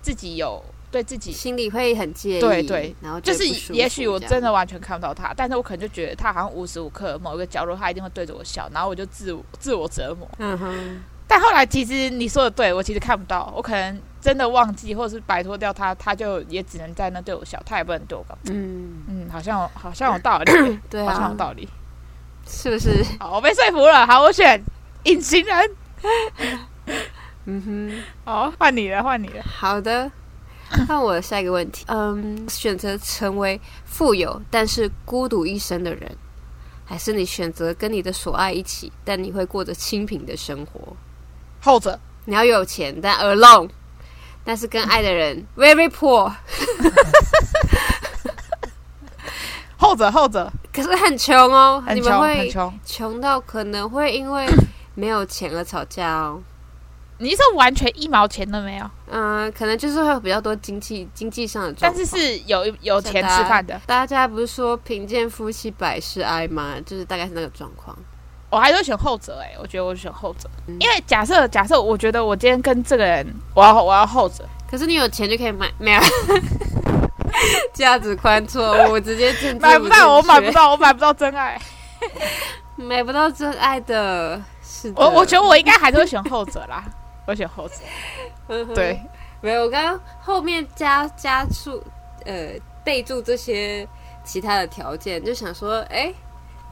[SPEAKER 2] 自己有对自己，
[SPEAKER 1] 心里会很介意。
[SPEAKER 2] 对对，
[SPEAKER 1] 然后
[SPEAKER 2] 就
[SPEAKER 1] 会
[SPEAKER 2] 是
[SPEAKER 1] 不舒服
[SPEAKER 2] 也许我
[SPEAKER 1] 这样
[SPEAKER 2] 真的完全看不到他，但是我可能就觉得他好像无时无刻某一个角落他一定会对着我笑，然后我就自我自我折磨。
[SPEAKER 1] 嗯哼，
[SPEAKER 2] 但后来其实你说的对，我其实看不到，我可能真的忘记或是摆脱掉他，他就也只能在那对我笑，他也不能对我干嘛。
[SPEAKER 1] 嗯，
[SPEAKER 2] 嗯，好像有好像有道理，
[SPEAKER 1] 对
[SPEAKER 2] 好像有
[SPEAKER 1] 啊，
[SPEAKER 2] 道理。
[SPEAKER 1] 是不是？
[SPEAKER 2] 好，我被说服了。好，我选隐形人。
[SPEAKER 1] 嗯哼。
[SPEAKER 2] 好，换你了，换你了。
[SPEAKER 1] 好的，那我的下一个问题，嗯，选择成为富有但是孤独一生的人，还是你选择跟你的所爱一起，但你会过着清贫的生活？
[SPEAKER 2] 后者，
[SPEAKER 1] 你要有钱但 alone，但是跟爱的人 very poor，
[SPEAKER 2] 后者，后者，
[SPEAKER 1] 可是很穷哦，
[SPEAKER 2] 很
[SPEAKER 1] 你们
[SPEAKER 2] 穷，很
[SPEAKER 1] 会
[SPEAKER 2] 穷。
[SPEAKER 1] 穷到可能会因为没有钱而吵架哦。
[SPEAKER 2] 你是完全一毛钱都没有，
[SPEAKER 1] 嗯、可能就是会有比较多经济经济上的状
[SPEAKER 2] 但
[SPEAKER 1] 况
[SPEAKER 2] 是。啊是有有
[SPEAKER 1] 像
[SPEAKER 2] 钱
[SPEAKER 1] 大家
[SPEAKER 2] 吃饭的。
[SPEAKER 1] 大家不是说贫贱夫妻百事哀吗？就是大概是那个状况。
[SPEAKER 2] 我还是会选后者哎、我觉得我选后者，
[SPEAKER 1] 嗯
[SPEAKER 2] 因为假设假设，我觉得我今天跟这个人，我要我要后者，
[SPEAKER 1] 可是你有钱就可以买，没有 [laughs] 价值观错误，我直接政治
[SPEAKER 2] 买不到我买不
[SPEAKER 1] 到，
[SPEAKER 2] 到我买不到
[SPEAKER 1] [laughs]
[SPEAKER 2] 真爱，
[SPEAKER 1] 买不到真爱的。是的，
[SPEAKER 2] 我我觉得我应该还是会选后者啦，我选后者，
[SPEAKER 1] 嗯哼
[SPEAKER 2] 对，
[SPEAKER 1] 没有，我刚刚后面加加注呃备注这些其他的条件，就想说，哎，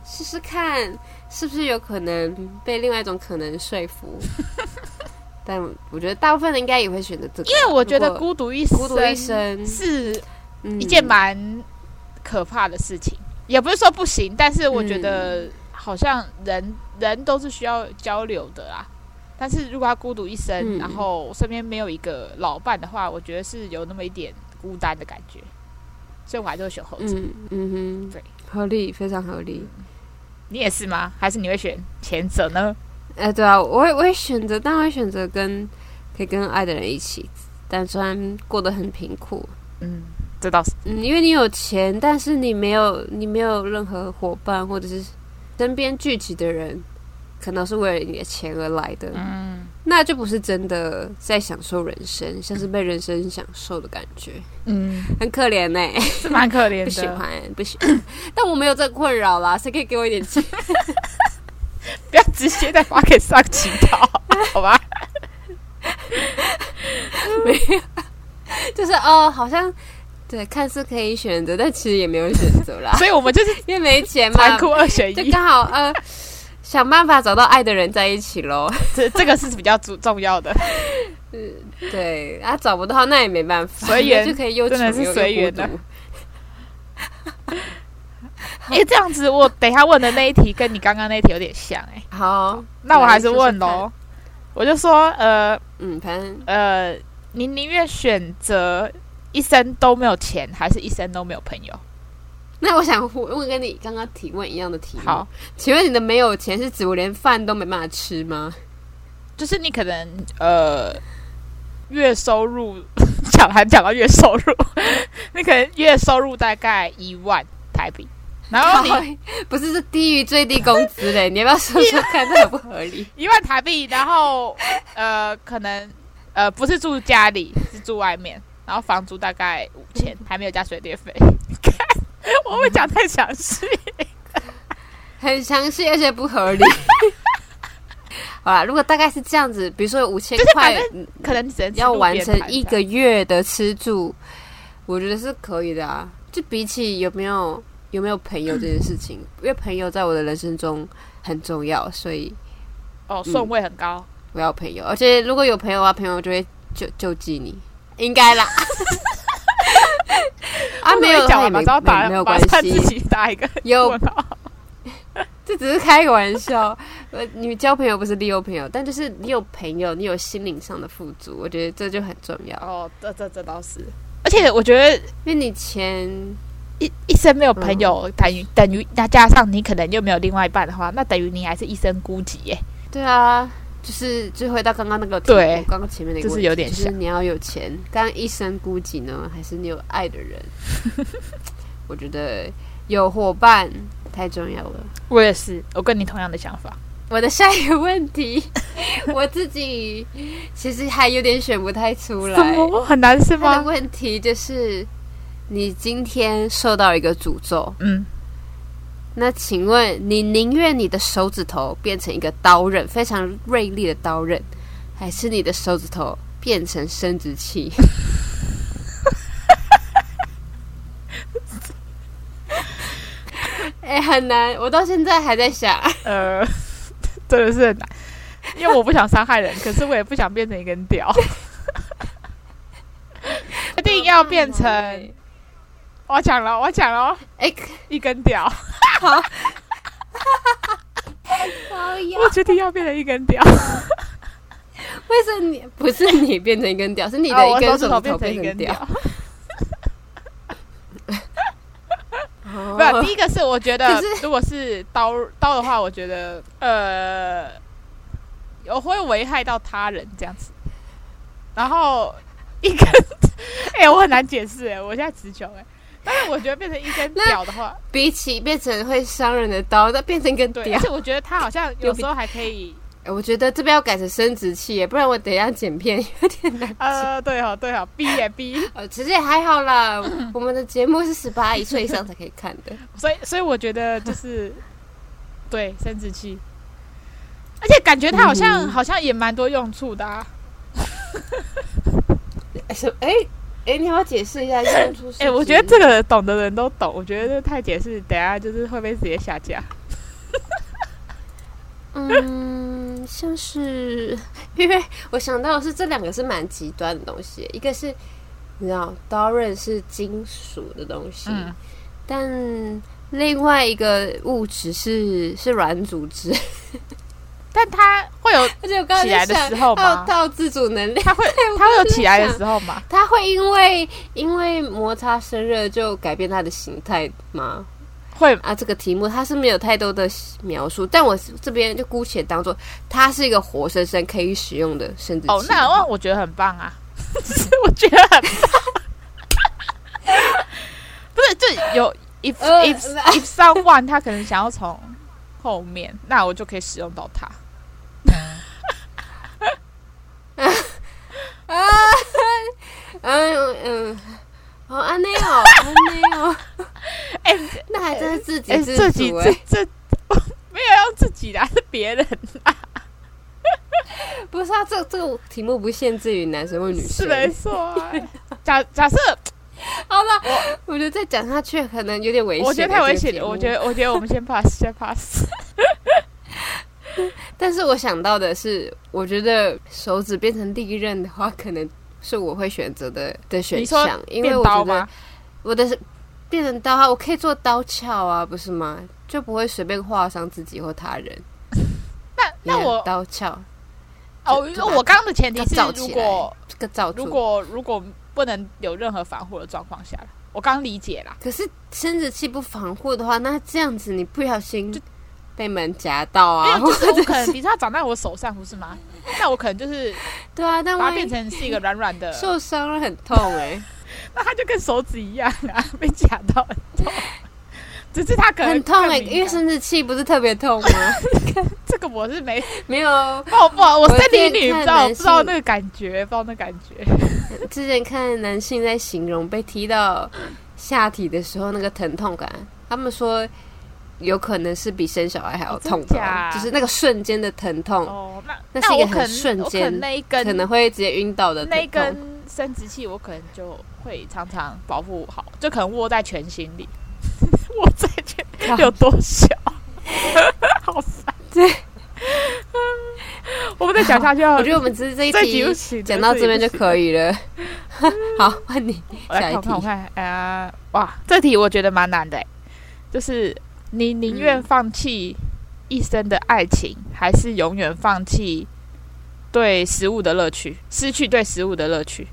[SPEAKER 1] 试试看是不是有可能被另外一种可能说服。
[SPEAKER 2] [laughs]
[SPEAKER 1] 但我觉得大部分人应该也会选择这个，
[SPEAKER 2] 因为我觉得
[SPEAKER 1] 如果
[SPEAKER 2] 孤独一生
[SPEAKER 1] 孤独一生
[SPEAKER 2] 是
[SPEAKER 1] 嗯
[SPEAKER 2] 一件蛮可怕的事情，也不是说不行，但是我觉得
[SPEAKER 1] 嗯
[SPEAKER 2] 好像人、人都是需要交流的啦。但是如果他孤独一
[SPEAKER 1] 嗯
[SPEAKER 2] 生，然后身边没有一个老伴的话，我觉得是有那么一点孤单的感觉，所以我还是会选后者。
[SPEAKER 1] 嗯嗯哼，
[SPEAKER 2] 对，
[SPEAKER 1] 合理，非常合理。
[SPEAKER 2] 你也是吗？还是你会选前者呢？
[SPEAKER 1] 哎、对啊，我会我会选择，当然会选择跟可以跟爱的人一起，但虽然过得很贫苦，
[SPEAKER 2] 嗯，这倒是
[SPEAKER 1] 嗯，因为你有钱，但是你没有你没有任何伙伴或者是身边聚集的人，可能是为了你的钱而来的，
[SPEAKER 2] 嗯。
[SPEAKER 1] 那就不是真的在享受人生，像是被人生享受的感觉，
[SPEAKER 2] 嗯，
[SPEAKER 1] 很可怜呢、
[SPEAKER 2] 是蛮可怜
[SPEAKER 1] 不喜
[SPEAKER 2] 的。
[SPEAKER 1] 欢不喜欢， [coughs] 但我没有这个困扰啦，谁可以给我一点
[SPEAKER 2] [laughs]
[SPEAKER 1] 钱？
[SPEAKER 2] 不要直接在花给上祈
[SPEAKER 1] [laughs]
[SPEAKER 2] 祷，好吧？
[SPEAKER 1] 就是哦，好像对，看似可以选择，但其实也没有选择啦，
[SPEAKER 2] [laughs] 所以我们就是
[SPEAKER 1] 因为没钱嘛
[SPEAKER 2] 残，酷二选
[SPEAKER 1] 就
[SPEAKER 2] 一，
[SPEAKER 1] 刚好呃，想办法找到爱的人在一起喽。
[SPEAKER 2] 这这个是比较重重要的。 [laughs]
[SPEAKER 1] 对，啊，找不到那也没办法，
[SPEAKER 2] 随缘
[SPEAKER 1] 就可以又穷
[SPEAKER 2] 真的是
[SPEAKER 1] 又
[SPEAKER 2] 随
[SPEAKER 1] 又
[SPEAKER 2] 缘
[SPEAKER 1] 孤
[SPEAKER 2] 啊
[SPEAKER 1] 独。
[SPEAKER 2] [laughs] 哎、这样子我等一下问的那一题跟你刚刚那一题有点像哎、
[SPEAKER 1] 好，
[SPEAKER 2] 那我还是问
[SPEAKER 1] 来说说
[SPEAKER 2] 喽。我就说，呃
[SPEAKER 1] 嗯，反正
[SPEAKER 2] 呃，你宁愿选择一生都没有钱，还是一生都没有朋友？
[SPEAKER 1] 那我想问问跟你刚刚提问一样的题目，
[SPEAKER 2] 好，
[SPEAKER 1] 请问你的没有钱是指我连饭都没办法吃吗？
[SPEAKER 2] 就是你可能呃月收入讲还讲到月收入， [laughs] 你可能月收入大概一万台币，然后哦你
[SPEAKER 1] [laughs] 不是，是低于最低工资
[SPEAKER 2] [laughs]
[SPEAKER 1] 嘞，你要不要说说看，这合不合理？
[SPEAKER 2] 一万台币，然后呃，可能呃不是住家里，是住外面，然后房租大概五千，还没有加水电费。 [laughs] 看，我会讲太详细。啊
[SPEAKER 1] 很详细，而且不合
[SPEAKER 2] [laughs]
[SPEAKER 1] 理。好啦，如果大概是这样子，比如说五千
[SPEAKER 2] 就是
[SPEAKER 1] 块
[SPEAKER 2] 反正
[SPEAKER 1] 嗯
[SPEAKER 2] 可能你只能吃
[SPEAKER 1] 要
[SPEAKER 2] 路边
[SPEAKER 1] 完成
[SPEAKER 2] 摊
[SPEAKER 1] 一
[SPEAKER 2] 这样
[SPEAKER 1] 个月的吃住，我觉得是可以的啊。就比起有没有有没有朋友这件事情，因为朋友在我的人生中很重要，所以
[SPEAKER 2] 哦，
[SPEAKER 1] 嗯
[SPEAKER 2] 顺位很高。
[SPEAKER 1] 我要朋友。而且如果有朋友啊，朋友就会救救济你，应该
[SPEAKER 2] [laughs]
[SPEAKER 1] 啦。啊，没有的
[SPEAKER 2] 讲
[SPEAKER 1] 话也
[SPEAKER 2] 完马
[SPEAKER 1] 没
[SPEAKER 2] 上打，
[SPEAKER 1] 没没有
[SPEAKER 2] 马
[SPEAKER 1] 关
[SPEAKER 2] 上自
[SPEAKER 1] 系，哦
[SPEAKER 2] 己打一个
[SPEAKER 1] 有
[SPEAKER 2] 问号。
[SPEAKER 1] 这只是开个玩笑，呃，你交朋友不是利用朋友，但就是你有朋友，你有心灵上的富足，我觉得这就很重要。
[SPEAKER 2] 哦，这这这倒是。而且我觉得
[SPEAKER 1] 因为你钱，
[SPEAKER 2] 一一生没有朋
[SPEAKER 1] 嗯
[SPEAKER 2] 友，等于等于那加上你可能又没有另外一半的话，那等于你还是一生孤寂耶。
[SPEAKER 1] 对啊，就是就回到刚刚那个题
[SPEAKER 2] 对
[SPEAKER 1] 目刚刚前面那个
[SPEAKER 2] 就是
[SPEAKER 1] 问题
[SPEAKER 2] 有点
[SPEAKER 1] 就是你要有钱，刚刚一生孤寂呢，还是你有爱的
[SPEAKER 2] [laughs]
[SPEAKER 1] 人？我觉得有伙伴太重要了。
[SPEAKER 2] 我也是，我跟你同样的想法。
[SPEAKER 1] 我的下一个问
[SPEAKER 2] [laughs]
[SPEAKER 1] 题，我自己其实还有点选不太出来。
[SPEAKER 2] 什么很难是
[SPEAKER 1] 他的
[SPEAKER 2] 吗？
[SPEAKER 1] 问题就是，你今天受到一个诅咒，
[SPEAKER 2] 嗯，
[SPEAKER 1] 那请问你宁愿你的手指头变成一个刀刃，非常锐利的刀刃，还是你的手指头变成生殖器？ [laughs] 哎、很难，我到现在还在想，
[SPEAKER 2] 呃，真的是很难。因为我不想伤害人，可是我也不想变成一根屌，一定要变成。我要讲了，我要讲了，哦
[SPEAKER 1] 哎，
[SPEAKER 2] 一根屌，
[SPEAKER 1] 高呀！
[SPEAKER 2] 我决定要变成一根屌，
[SPEAKER 1] 为什么你不是你变成一根屌，是你
[SPEAKER 2] 啊
[SPEAKER 1] 的一
[SPEAKER 2] 我
[SPEAKER 1] 根
[SPEAKER 2] 手指
[SPEAKER 1] 头
[SPEAKER 2] 头变成一根
[SPEAKER 1] 根
[SPEAKER 2] 屌？。
[SPEAKER 1] 哦
[SPEAKER 2] 不是，第一个是我觉得
[SPEAKER 1] [laughs] 可是，
[SPEAKER 2] 如果是刀刀的话，我觉得呃，我会危害到他人这样子。然后一根， [laughs] 哎、我很难解释哎、我现在词穷哎。但是我觉得变成一根
[SPEAKER 1] 那
[SPEAKER 2] 屌的话，
[SPEAKER 1] 比起变成会伤人的刀，那变成一根
[SPEAKER 2] 对，
[SPEAKER 1] 屌
[SPEAKER 2] 而，且我觉得他好像有时候还可以，
[SPEAKER 1] 哎我觉得这边要改成生殖器耶，不然我等一下剪 [laughs] 片有点难。
[SPEAKER 2] 呃，对哦，对哦，B 也 B，
[SPEAKER 1] [laughs] 呃，其实也还好啦，我们的节目是十八岁以 [laughs] 上才可以看的。
[SPEAKER 2] 所以所以我觉得就是对生殖器，而且感觉它好像、
[SPEAKER 1] 嗯
[SPEAKER 2] 好像也蛮多用处的啊。
[SPEAKER 1] 哎什么哎哎，你要不要解释一下用处？
[SPEAKER 2] [laughs] 哎、我觉得这个懂的人都懂，我觉得这太解释，等下就是会被直接下架。
[SPEAKER 1] 嗯，像是因为我想到的是这两个是蛮极端的东西，一个是你知道刀刃是金属的东西，
[SPEAKER 2] 嗯，
[SPEAKER 1] 但另外一个物质是是软组织， [laughs]
[SPEAKER 2] 但它会有，
[SPEAKER 1] 而且 [laughs] 我刚才
[SPEAKER 2] 起来
[SPEAKER 1] 在
[SPEAKER 2] 的
[SPEAKER 1] 想
[SPEAKER 2] 时候
[SPEAKER 1] 它有
[SPEAKER 2] 吗
[SPEAKER 1] 它有自主能力，
[SPEAKER 2] 它会，它会有起来的时候嘛？
[SPEAKER 1] 它会因为因为摩擦生热就改变它的形态吗？
[SPEAKER 2] 会，
[SPEAKER 1] 啊，这个题目它是没有太多的描述，但我这边就姑且当做它是一个活生生可以使用的生殖器。
[SPEAKER 2] 哦，那那我觉得很棒啊， [laughs] 我觉得很棒，
[SPEAKER 1] [laughs]
[SPEAKER 2] [laughs] 不是，就有 if、
[SPEAKER 1] 呃
[SPEAKER 2] if
[SPEAKER 1] [laughs]
[SPEAKER 2] if someone 他可能想要从后面，那我就可以使用到它。
[SPEAKER 1] 啊，嗯嗯，哦，安内哦，安内
[SPEAKER 2] [laughs]
[SPEAKER 1] 哦，
[SPEAKER 2] 哎、
[SPEAKER 1] [laughs] 那还真是自给
[SPEAKER 2] 哎、
[SPEAKER 1] 自
[SPEAKER 2] 自己
[SPEAKER 1] 足
[SPEAKER 2] 这
[SPEAKER 1] 哎、
[SPEAKER 2] 这没有要自己的，啊是别
[SPEAKER 1] [laughs]
[SPEAKER 2] 人
[SPEAKER 1] 不是啊，这这个题目不限制于男生或女
[SPEAKER 2] 是
[SPEAKER 1] 生。
[SPEAKER 2] 没错啊、假假设
[SPEAKER 1] 好了，我觉得再讲下去可能有点危险。
[SPEAKER 2] 我觉得太危险
[SPEAKER 1] 这
[SPEAKER 2] 了，
[SPEAKER 1] 个
[SPEAKER 2] 我
[SPEAKER 1] 节
[SPEAKER 2] 觉
[SPEAKER 1] 目。
[SPEAKER 2] 得我觉得我们先 pass [laughs] 先
[SPEAKER 1] [laughs]
[SPEAKER 2] pass。
[SPEAKER 1] 但是我想到的是，我觉得手指变成利刃的话，可能是我会选择的的选
[SPEAKER 2] 你说
[SPEAKER 1] 项，因为
[SPEAKER 2] 变
[SPEAKER 1] 我
[SPEAKER 2] 刀
[SPEAKER 1] 觉得
[SPEAKER 2] 吗？
[SPEAKER 1] 我的是变成刀啊，我可以做刀鞘啊，不是吗？就不会随便划伤自己或他人。
[SPEAKER 2] 那那
[SPEAKER 1] 你看
[SPEAKER 2] 我
[SPEAKER 1] 刀鞘
[SPEAKER 2] 哦，
[SPEAKER 1] 就把
[SPEAKER 2] 我刚刚的前提是
[SPEAKER 1] 要罩，
[SPEAKER 2] 如
[SPEAKER 1] 起来
[SPEAKER 2] 果
[SPEAKER 1] 这个造出
[SPEAKER 2] 如果如果不能有任何防护的状况下啦我刚理解啦。
[SPEAKER 1] 可是生殖器不防护的话，那这样子你不小心
[SPEAKER 2] 就
[SPEAKER 1] 被门夹到
[SPEAKER 2] 没
[SPEAKER 1] 啊，
[SPEAKER 2] 有，
[SPEAKER 1] 或
[SPEAKER 2] 就是我
[SPEAKER 1] 者
[SPEAKER 2] 可能，比如说它长在我手上，不是吗？那我可能就是
[SPEAKER 1] [laughs] 对啊，但
[SPEAKER 2] 把它
[SPEAKER 1] 万
[SPEAKER 2] 变
[SPEAKER 1] 一
[SPEAKER 2] 成是呃一个软软的，
[SPEAKER 1] 受伤了很痛哎、
[SPEAKER 2] 那它就跟手指一样啊，被夹到很痛。只是它可能
[SPEAKER 1] 很痛
[SPEAKER 2] 更
[SPEAKER 1] 哎、
[SPEAKER 2] 敏
[SPEAKER 1] 因为
[SPEAKER 2] [laughs] 感
[SPEAKER 1] 生殖器不是特别痛吗？ [laughs]
[SPEAKER 2] 这个我是没，
[SPEAKER 1] 没有，哦
[SPEAKER 2] 不好不好，我
[SPEAKER 1] 我
[SPEAKER 2] 身体
[SPEAKER 1] 之前
[SPEAKER 2] 女，不
[SPEAKER 1] 看
[SPEAKER 2] 知道
[SPEAKER 1] 男
[SPEAKER 2] 不知道
[SPEAKER 1] 性
[SPEAKER 2] 那个感觉，不知道那感觉。
[SPEAKER 1] 之前看男性在形容被踢到下体的时候那个疼痛感，他们说。有可能是比生小孩还要
[SPEAKER 2] 哦真
[SPEAKER 1] 痛吧，
[SPEAKER 2] 假
[SPEAKER 1] 就是那个瞬间的疼痛，
[SPEAKER 2] 哦，那
[SPEAKER 1] 那是一
[SPEAKER 2] 我
[SPEAKER 1] 个
[SPEAKER 2] 可
[SPEAKER 1] 很
[SPEAKER 2] 能
[SPEAKER 1] 瞬
[SPEAKER 2] 我可
[SPEAKER 1] 间
[SPEAKER 2] 能那一根
[SPEAKER 1] 可能会直接晕倒的疼
[SPEAKER 2] 那
[SPEAKER 1] 痛。
[SPEAKER 2] 一根生殖器，我可能就会常常保护好，就可能握在拳心里， [laughs] 握在拳
[SPEAKER 1] 靠
[SPEAKER 2] 有多小，好烦。
[SPEAKER 1] 对，
[SPEAKER 2] [laughs] 我们再讲下去
[SPEAKER 1] [laughs]
[SPEAKER 2] 要，啊
[SPEAKER 1] 我觉得我们只是这一
[SPEAKER 2] 这集
[SPEAKER 1] 题
[SPEAKER 2] 不行，
[SPEAKER 1] 讲到这边就可
[SPEAKER 2] 以。
[SPEAKER 1] 以了。好，换你
[SPEAKER 2] 我来
[SPEAKER 1] 下一
[SPEAKER 2] 看我看我
[SPEAKER 1] 题
[SPEAKER 2] 看，呃，哇，这题我觉得蛮难的欸，就是你宁愿
[SPEAKER 1] 嗯
[SPEAKER 2] 放弃一生的爱情，还是永远放弃对食物的乐趣，失去对食物的乐
[SPEAKER 1] [laughs]
[SPEAKER 2] 趣？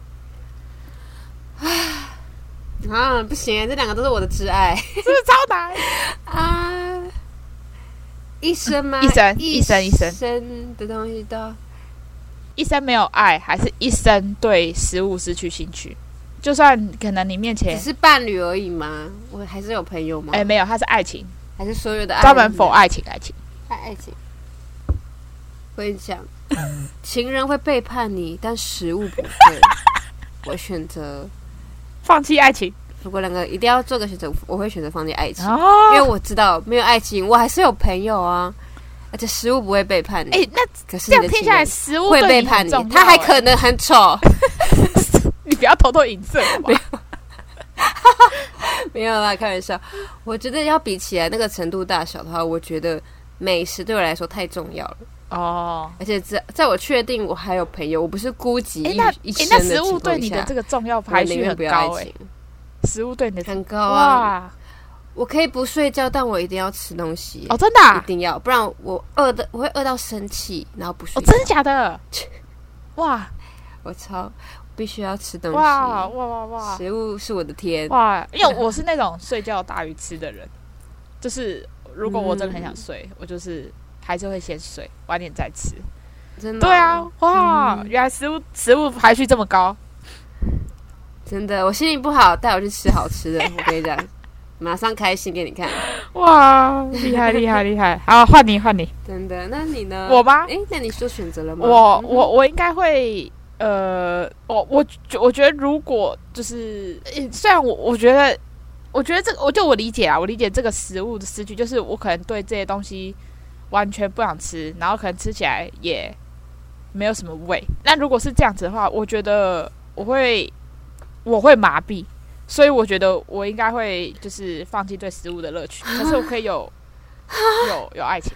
[SPEAKER 1] 啊！不行，这两个都是我的挚爱
[SPEAKER 2] 是不是超难？
[SPEAKER 1] [laughs] 啊！一生吗？
[SPEAKER 2] 一生
[SPEAKER 1] 一
[SPEAKER 2] 一生一生
[SPEAKER 1] 的东西都
[SPEAKER 2] 一生没有爱，还是一生对食物失去兴趣？就算可能你面前
[SPEAKER 1] 只是伴侣而已吗？我还是有朋友吗？
[SPEAKER 2] 哎、没有，它是爱情，
[SPEAKER 1] 还是所有的爱
[SPEAKER 2] 专门否
[SPEAKER 1] 人
[SPEAKER 2] 爱情爱情。
[SPEAKER 1] 爱爱情？我跟你讲，情人会背叛你，但食物不
[SPEAKER 2] [laughs]
[SPEAKER 1] 会。我选择，
[SPEAKER 2] 放弃爱情
[SPEAKER 1] 如果两个一定要做个选择，我会选择放弃爱情。因为
[SPEAKER 2] 哦，
[SPEAKER 1] 我知道没有爱情，我还是有朋友啊，而且食物不会背叛你。
[SPEAKER 2] 哎、那
[SPEAKER 1] 可是你
[SPEAKER 2] 这样
[SPEAKER 1] 的
[SPEAKER 2] 听
[SPEAKER 1] 情
[SPEAKER 2] 下来，
[SPEAKER 1] 人
[SPEAKER 2] 食物
[SPEAKER 1] 会
[SPEAKER 2] 对
[SPEAKER 1] 背
[SPEAKER 2] 你
[SPEAKER 1] 叛
[SPEAKER 2] 很
[SPEAKER 1] 你
[SPEAKER 2] 重要，哦
[SPEAKER 1] 他还可能很丑。 [laughs]
[SPEAKER 2] 你不要偷偷影射我啊吧。
[SPEAKER 1] 没有啦，开玩笑。我觉得要比起来那个程度大小的话，我觉得美食对我来说太重要了。
[SPEAKER 2] 哦，
[SPEAKER 1] 而且在在我确定我还有朋友，我不是孤寂
[SPEAKER 2] 哎、
[SPEAKER 1] 一
[SPEAKER 2] 那
[SPEAKER 1] 一
[SPEAKER 2] 哎、
[SPEAKER 1] 生
[SPEAKER 2] 那
[SPEAKER 1] 的情
[SPEAKER 2] 食物
[SPEAKER 1] 况
[SPEAKER 2] 对你的
[SPEAKER 1] 下
[SPEAKER 2] 这个重要
[SPEAKER 1] 我
[SPEAKER 2] 排
[SPEAKER 1] 宁
[SPEAKER 2] 序
[SPEAKER 1] 愿
[SPEAKER 2] 很
[SPEAKER 1] 不要
[SPEAKER 2] 高
[SPEAKER 1] 爱
[SPEAKER 2] 哎、
[SPEAKER 1] 情，
[SPEAKER 2] 食物对你的
[SPEAKER 1] 很高啊！
[SPEAKER 2] 哇
[SPEAKER 1] 我可以不睡觉，但我一定要吃东西，
[SPEAKER 2] 哦，真的、啊
[SPEAKER 1] 一、定要，不然我饿的我会饿到生气，然后不
[SPEAKER 2] 哦，
[SPEAKER 1] 睡觉。
[SPEAKER 2] 真的假的？哇
[SPEAKER 1] 我超必须要吃东
[SPEAKER 2] 哇哇
[SPEAKER 1] 西，
[SPEAKER 2] 哇哇
[SPEAKER 1] 食物是我的天。
[SPEAKER 2] 哇！因为我是那种睡觉大于吃的人，就是如果我真的很想
[SPEAKER 1] 嗯
[SPEAKER 2] 睡，我就是还是会先睡，晚点再吃。
[SPEAKER 1] 真的、
[SPEAKER 2] 对啊，，哇，
[SPEAKER 1] 嗯
[SPEAKER 2] 原来食物食物排序这么高，
[SPEAKER 1] 真的，我心情不好，带我去吃好吃的，我跟你讲，马上开心给你看，
[SPEAKER 2] 哇，厉害厉害厉害！好，换你换你，
[SPEAKER 1] 真的。那你呢？
[SPEAKER 2] 我吗
[SPEAKER 1] 哎、那你做选择了吗？
[SPEAKER 2] 我
[SPEAKER 1] 嗯
[SPEAKER 2] 我我应该会，呃，我我觉我觉得如果就是，呃虽然我我觉得，我觉得这个，我就我理解啊，我理解这个食物的失去，就是我可能对这些东西完全不想吃，然后可能吃起来也没有什么味。那如果是这样子的话，我觉得我会我会麻痹，所以我觉得我应该会就是放弃对食物的乐趣，可是我可
[SPEAKER 1] [laughs]
[SPEAKER 2] 以有有有爱情。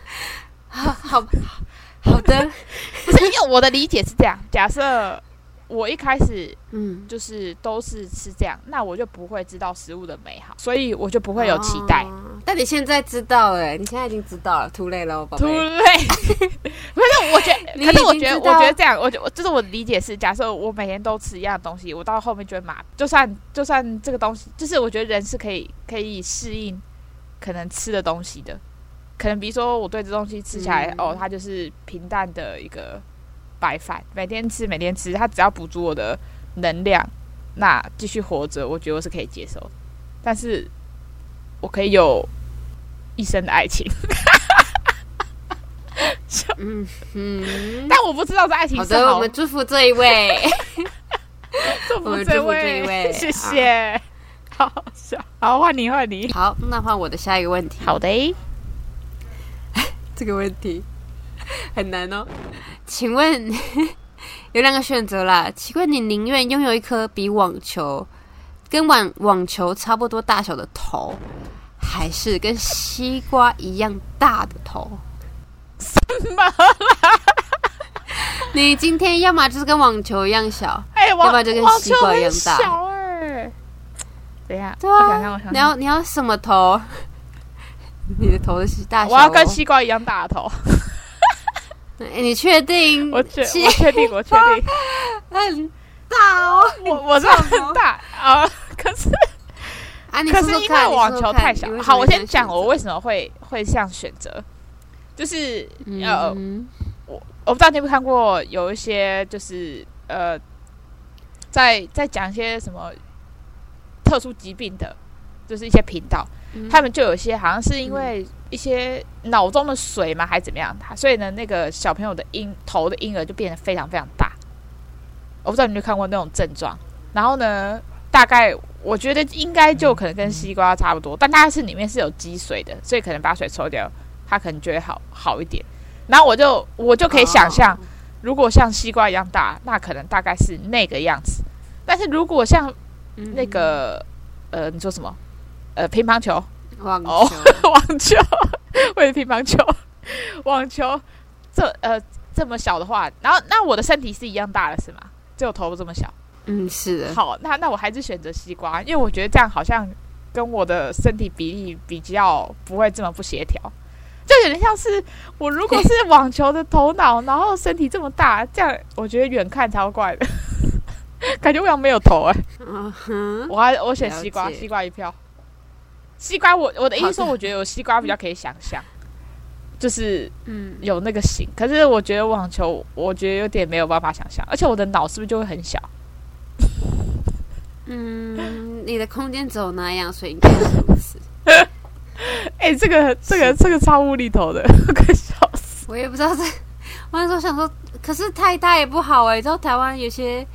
[SPEAKER 1] 好 [laughs] 好好的，
[SPEAKER 2] 不是因为我的理解是这样，假设我一开始
[SPEAKER 1] 嗯，
[SPEAKER 2] 就是都是吃这样，那我就不会知道食物的美好，所以我就不会有期待。
[SPEAKER 1] 哦但你现在知道了，你现在已经知道了，too late 了，宝
[SPEAKER 2] too
[SPEAKER 1] 贝。
[SPEAKER 2] late，不 [laughs] 是我觉得，
[SPEAKER 1] [laughs] 你
[SPEAKER 2] 可是我
[SPEAKER 1] 已经
[SPEAKER 2] 觉得，
[SPEAKER 1] 知
[SPEAKER 2] 我
[SPEAKER 1] 道
[SPEAKER 2] 觉得这样，我觉得就是我的理解是，假设我每天都吃一样的东西，我到后面就会麻，就算就算这个东西，就是我觉得人是可以可以适应可能吃的东西的，可能比如说我对这东西吃起来，
[SPEAKER 1] 嗯
[SPEAKER 2] 哦，它就是平淡的一个白饭，每天吃每天吃，它只要补足我的能量，那继续活着，我觉得我是可以接受的，但是我可以有一生的爱情。
[SPEAKER 1] 嗯嗯，
[SPEAKER 2] 但我不知道这爱情
[SPEAKER 1] 好
[SPEAKER 2] 是
[SPEAKER 1] 的，我
[SPEAKER 2] 好
[SPEAKER 1] 们祝福这一
[SPEAKER 2] [laughs]
[SPEAKER 1] 位。
[SPEAKER 2] 祝
[SPEAKER 1] 我
[SPEAKER 2] 福
[SPEAKER 1] 们
[SPEAKER 2] 这
[SPEAKER 1] 祝福这一位
[SPEAKER 2] [laughs] 谢谢。好笑，好换你换你。
[SPEAKER 1] 好，那换我的下一个问题。
[SPEAKER 2] 好的，
[SPEAKER 1] 这个问题很难哦。请问 [laughs] 有两个选择啦，请问你宁愿拥有一颗比网球跟网网球差不多大小的头，还是跟西瓜一样大的头？什
[SPEAKER 2] 么
[SPEAKER 1] 啦？ [laughs] 你今天要么就是跟网球一样小，
[SPEAKER 2] 哎、我
[SPEAKER 1] 要不然就跟
[SPEAKER 2] 网
[SPEAKER 1] 西
[SPEAKER 2] 球
[SPEAKER 1] 瓜一
[SPEAKER 2] 很
[SPEAKER 1] 样大
[SPEAKER 2] 小哎、等一下，
[SPEAKER 1] 对
[SPEAKER 2] 我想看，
[SPEAKER 1] 啊
[SPEAKER 2] 我想，
[SPEAKER 1] 你
[SPEAKER 2] 看。
[SPEAKER 1] 要你要什么头？ [laughs] 你的头是大小、哦？
[SPEAKER 2] 我要跟西瓜一样大的头，
[SPEAKER 1] 哎你确定？
[SPEAKER 2] 我确
[SPEAKER 1] 西
[SPEAKER 2] 我确定我确定，
[SPEAKER 1] 很大哦。
[SPEAKER 2] 我我知道很大啊、可是
[SPEAKER 1] 啊，你
[SPEAKER 2] 可
[SPEAKER 1] 说
[SPEAKER 2] 是
[SPEAKER 1] 说
[SPEAKER 2] 因为
[SPEAKER 1] 看，
[SPEAKER 2] 网球太小，好，我先讲我为
[SPEAKER 1] 什
[SPEAKER 2] 什么会会这样选择，就是
[SPEAKER 1] 么
[SPEAKER 2] 呃
[SPEAKER 1] 嗯
[SPEAKER 2] 我不知道你有没有看过有一些就是呃，在在讲一些什么特殊疾病的，就是一些频道，呃
[SPEAKER 1] 嗯
[SPEAKER 2] 他们就有一些好像是因为一些脑中的水嘛，还是怎么样，他所以呢，那个小朋友的婴头的婴儿就变得非常非常大。我不知道你有没有看过那种症状，然后呢，大概我觉得应该就可能跟西瓜差不多，但它是里面是有积水的，所以可能把水抽掉，它可能就会好好一点。然后我就我就可以想象，
[SPEAKER 1] 哦
[SPEAKER 2] 如果像西瓜一样大，那可能大概是那个样子。但是如果像
[SPEAKER 1] 嗯
[SPEAKER 2] 那个、呃，你说什么？呃，乒乓球，
[SPEAKER 1] 网
[SPEAKER 2] 哦
[SPEAKER 1] 球，
[SPEAKER 2] [laughs] 网球，为了乒乓球， [laughs] 网球这呃这么小的话，然后那我的身体是一样大的是吗？只有头这么小。
[SPEAKER 1] [laughs] 嗯，是的，
[SPEAKER 2] 好，那那我还是选择西瓜，因为我觉得这样好像跟我的身体比例比较不会这么不协调。就有点像是我如果是网球的头脑，然后身体这么大，这样我觉得远看超怪的， [laughs] 感觉我好像没有头哎、
[SPEAKER 1] 嗯哼，
[SPEAKER 2] 我还我选
[SPEAKER 1] 了
[SPEAKER 2] 西瓜，
[SPEAKER 1] 解
[SPEAKER 2] 西瓜一票。西瓜我，我的意思说，
[SPEAKER 1] 好的
[SPEAKER 2] 我觉得有西瓜比较可以想象，就是
[SPEAKER 1] 嗯，
[SPEAKER 2] 有那个型。可是我觉得网球，我觉得有点没有办法想象，而且我的脑是不是就会很小？
[SPEAKER 1] 嗯，你的空间只有那样，所以应该是如此。
[SPEAKER 2] 哎、这个这个这个超无厘头的， [laughs] 我快笑死！
[SPEAKER 1] 我也不知道这， [laughs] 我那时候想说，可是太大也不好哎、你知道台湾有些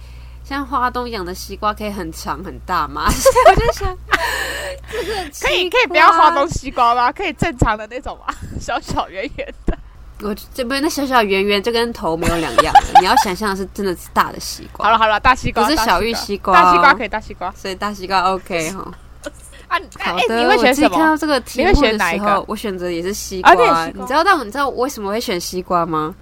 [SPEAKER 1] 像花东养的西瓜可以很长很大吗？ [laughs] 所以我就想，这个
[SPEAKER 2] 可以
[SPEAKER 1] 西
[SPEAKER 2] 可以不要
[SPEAKER 1] 瓜
[SPEAKER 2] 花东西瓜吗？可以正常的那种吗？ [laughs] 小小圆圆的。
[SPEAKER 1] 我这边那小小圆圆就跟头没有两样了。 [laughs] 你要想象的是真的是大的西瓜，
[SPEAKER 2] 好了好了，大西瓜
[SPEAKER 1] 不是
[SPEAKER 2] 大
[SPEAKER 1] 小玉
[SPEAKER 2] 西
[SPEAKER 1] 西
[SPEAKER 2] 瓜，
[SPEAKER 1] 瓜哦，
[SPEAKER 2] 大西瓜可以大西瓜
[SPEAKER 1] 所以大西瓜 OK 哈。
[SPEAKER 2] 啊！啊，哎、
[SPEAKER 1] 好的，
[SPEAKER 2] 你会
[SPEAKER 1] 我
[SPEAKER 2] 选
[SPEAKER 1] 自己
[SPEAKER 2] 什
[SPEAKER 1] 看到
[SPEAKER 2] 么？
[SPEAKER 1] 这个题
[SPEAKER 2] 你会
[SPEAKER 1] 目
[SPEAKER 2] 选
[SPEAKER 1] 的
[SPEAKER 2] 哪一
[SPEAKER 1] 时
[SPEAKER 2] 个
[SPEAKER 1] 候，我选择也是西瓜。
[SPEAKER 2] 啊对西瓜
[SPEAKER 1] 你知道，但你知道我为什么会选西瓜吗？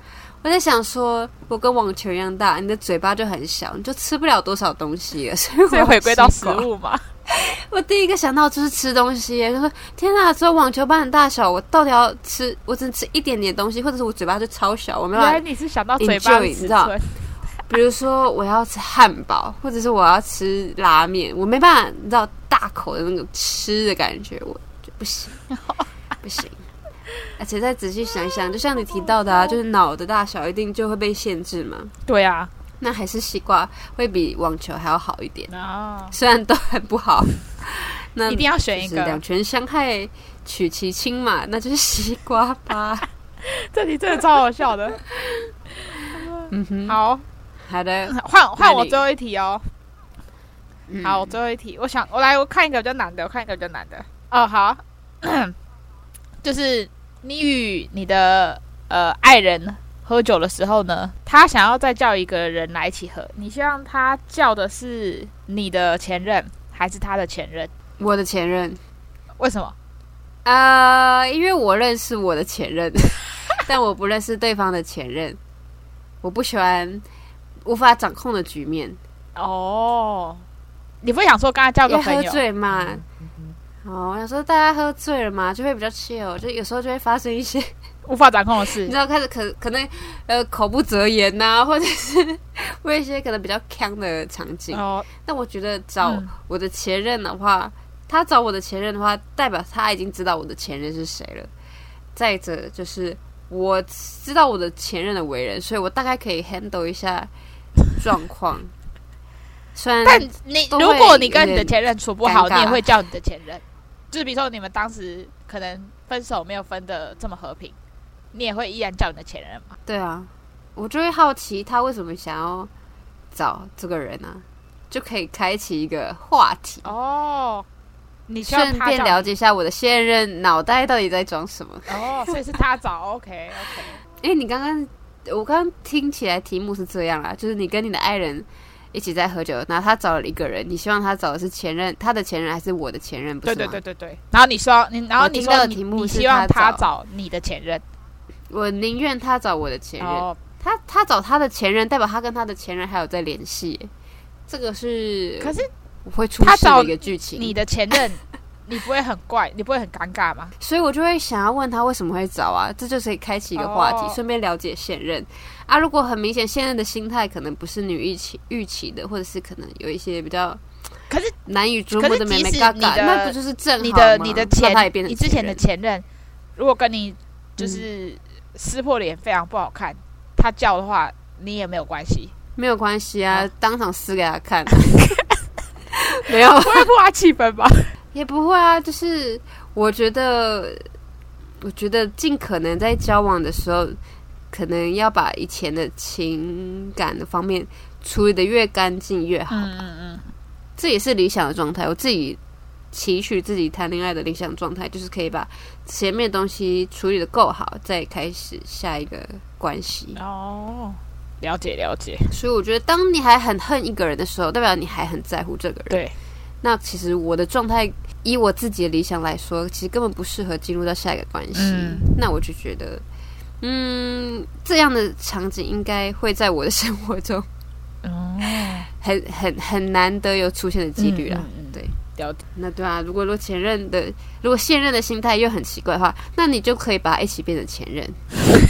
[SPEAKER 1] 我在想说，我跟网球一样大，你的嘴巴就很小，你就吃不了多少东西了， [laughs] 所以
[SPEAKER 2] 所以
[SPEAKER 1] 我
[SPEAKER 2] 回归到
[SPEAKER 1] 西
[SPEAKER 2] 食
[SPEAKER 1] 瓜。
[SPEAKER 2] 物嘛。
[SPEAKER 1] 我第一个想到就是吃东西耶，就说天哪，只有网球班的大小，我到底要吃？我只能吃一点点东西，或者是我嘴巴就超小，我没
[SPEAKER 2] 原
[SPEAKER 1] 办法
[SPEAKER 2] 来你是想到嘴巴的
[SPEAKER 1] enjoy，你
[SPEAKER 2] 尺
[SPEAKER 1] 知道
[SPEAKER 2] 寸，
[SPEAKER 1] 比如说我要吃汉堡，或者是我要吃拉面，我没办法，你知道大口的那种吃的感觉，我就不行，不行。而且再仔细想一想，就像你提到的啊，就是脑的大小一定就会被限制嘛。
[SPEAKER 2] 对啊，
[SPEAKER 1] 那还是西瓜会比网球还要好一点，
[SPEAKER 2] 啊，
[SPEAKER 1] 虽然都很不好。那
[SPEAKER 2] 一定要
[SPEAKER 1] 嗯
[SPEAKER 2] 选
[SPEAKER 1] 就
[SPEAKER 2] 一
[SPEAKER 1] 是
[SPEAKER 2] 个
[SPEAKER 1] 两。全相害，取其轻嘛，那就是西瓜吧。
[SPEAKER 2] 这题真的超好
[SPEAKER 1] [laughs]
[SPEAKER 2] 笑的。
[SPEAKER 1] 嗯哼，
[SPEAKER 2] 好，
[SPEAKER 1] 好的，
[SPEAKER 2] 换换
[SPEAKER 1] 那
[SPEAKER 2] 我
[SPEAKER 1] 你
[SPEAKER 2] 最后一题哦。
[SPEAKER 1] 嗯
[SPEAKER 2] 好，我最后一题，我想我来，我看一个比较难的，我看一个比较难的。哦，好， [clears throat] 就是你与你的呃爱人喝酒的时候呢，他想要再叫一个人来一起喝，你希望他叫的是你的前任还是他的前任？
[SPEAKER 1] 我的前任。
[SPEAKER 2] 为什么？
[SPEAKER 1] 呃，因为我认识我的前
[SPEAKER 2] [laughs]
[SPEAKER 1] 任，但我不认识对方的前任。我不喜欢无法掌控的局面，
[SPEAKER 2] 哦，你不会想说跟他交
[SPEAKER 1] 因
[SPEAKER 2] 个
[SPEAKER 1] 为
[SPEAKER 2] 朋
[SPEAKER 1] 喝
[SPEAKER 2] 友？嗯
[SPEAKER 1] 醉嘛。哦，我想说大家喝醉了嘛，就会比较 chill，就有时候就会发生一些， [laughs]
[SPEAKER 2] 无法掌控的事
[SPEAKER 1] 你知。道，开始可可能呃口不择言呐、或者是 [laughs] 为一些可能比较呛的场景。
[SPEAKER 2] 哦，
[SPEAKER 1] 但我觉得找
[SPEAKER 2] 嗯
[SPEAKER 1] 我的前任的话，他找我的前任的话，代表他已经知道我的前任是谁了。再者就是我知道我的前任的为人，所以我大概可以 handle 一下状况。虽然
[SPEAKER 2] 但你
[SPEAKER 1] 都会
[SPEAKER 2] 如果你跟
[SPEAKER 1] 有
[SPEAKER 2] 你的
[SPEAKER 1] 点
[SPEAKER 2] 前任处不好，
[SPEAKER 1] 尴尬
[SPEAKER 2] 你也会叫你的前任。就是比如说你们当时可能分手没有分的这么和平，你也会依然叫你的前任嘛？
[SPEAKER 1] 对啊，我就会好奇他为什么想要找这个人呢、啊就可以开启一个话题，
[SPEAKER 2] 哦，你需要
[SPEAKER 1] 顺
[SPEAKER 2] 他
[SPEAKER 1] 便
[SPEAKER 2] 找
[SPEAKER 1] 了解一下我的现任脑袋到底在装什么。
[SPEAKER 2] 哦，所以是他找。OK OK，
[SPEAKER 1] 因为你刚刚，我刚刚听起来题目是这样啦，就是你跟你的爱人一起在喝酒，然后他找了一个人，你希望他找的是前任，他的前任还是我的前任？ [laughs] 不是
[SPEAKER 2] 对
[SPEAKER 1] 吗
[SPEAKER 2] 对对，对对。然后你说你，然后
[SPEAKER 1] 我
[SPEAKER 2] 你
[SPEAKER 1] 听到
[SPEAKER 2] 说
[SPEAKER 1] 的
[SPEAKER 2] 你
[SPEAKER 1] 题目
[SPEAKER 2] 你
[SPEAKER 1] 是
[SPEAKER 2] 希望
[SPEAKER 1] 他
[SPEAKER 2] 他
[SPEAKER 1] 找
[SPEAKER 2] 找你的前任。
[SPEAKER 1] 我宁愿他找我的前任，
[SPEAKER 2] 哦，
[SPEAKER 1] 他他找他的前任，代表他跟他的前任还有在联系，这个是
[SPEAKER 2] 可是
[SPEAKER 1] 我会出
[SPEAKER 2] 他
[SPEAKER 1] 事
[SPEAKER 2] 找
[SPEAKER 1] 的一个剧情。
[SPEAKER 2] 你的前任，你不会很怪，你不会很尴尬吗？
[SPEAKER 1] 所以我就会想要问他为什么会找啊，这就是开启一个话题
[SPEAKER 2] 哦，
[SPEAKER 1] 顺、便了解现任啊。如果很明显现任的心态可能不是你预期预期的，或者是可能有一些比较，
[SPEAKER 2] 可是
[SPEAKER 1] 难以捉摸的妹妹嘎
[SPEAKER 2] 可是即使你
[SPEAKER 1] 嘎，
[SPEAKER 2] 的
[SPEAKER 1] 那不就是正好吗
[SPEAKER 2] 你的你的
[SPEAKER 1] 那
[SPEAKER 2] 前
[SPEAKER 1] 他也变成
[SPEAKER 2] 你之前的
[SPEAKER 1] 前嗯
[SPEAKER 2] 前任，如果跟你就是撕破脸非常不好看，他叫的话你也没有关系，
[SPEAKER 1] 任没有关系啊
[SPEAKER 2] 啊，
[SPEAKER 1] 当场撕给他看， [laughs] 没有
[SPEAKER 2] 不会破坏气氛吧？
[SPEAKER 1] 也不会啊，就是我觉得，我觉得尽可能在交往的时候，可能要把以前的情感的方面处理的越干净越好，
[SPEAKER 2] 嗯嗯嗯，
[SPEAKER 1] 这也是理想的状态。我自己期许自己谈恋爱的理想状态，就是可以把前面的东西处理的够好，再开始下一个关系。
[SPEAKER 2] [laughs] 哦，了解了解，
[SPEAKER 1] 所以我觉得，当你还很恨一个人的时候，代表你还很在乎这个人。
[SPEAKER 2] 对，
[SPEAKER 1] 那其实我的状态，以我自己的理想来说，其实根本不适合进入到下一个关系。
[SPEAKER 2] 嗯
[SPEAKER 1] 那我就觉得，嗯，这样的场景应该会在我的生活中
[SPEAKER 2] 哦，
[SPEAKER 1] 很很很难得有出现的几率啦。
[SPEAKER 2] 嗯嗯嗯
[SPEAKER 1] 啊对，
[SPEAKER 2] 了解，
[SPEAKER 1] 那对啊，如果如果前任的，如果现任的心态又很奇怪的话，那你就可以把他一起变成前任， [laughs]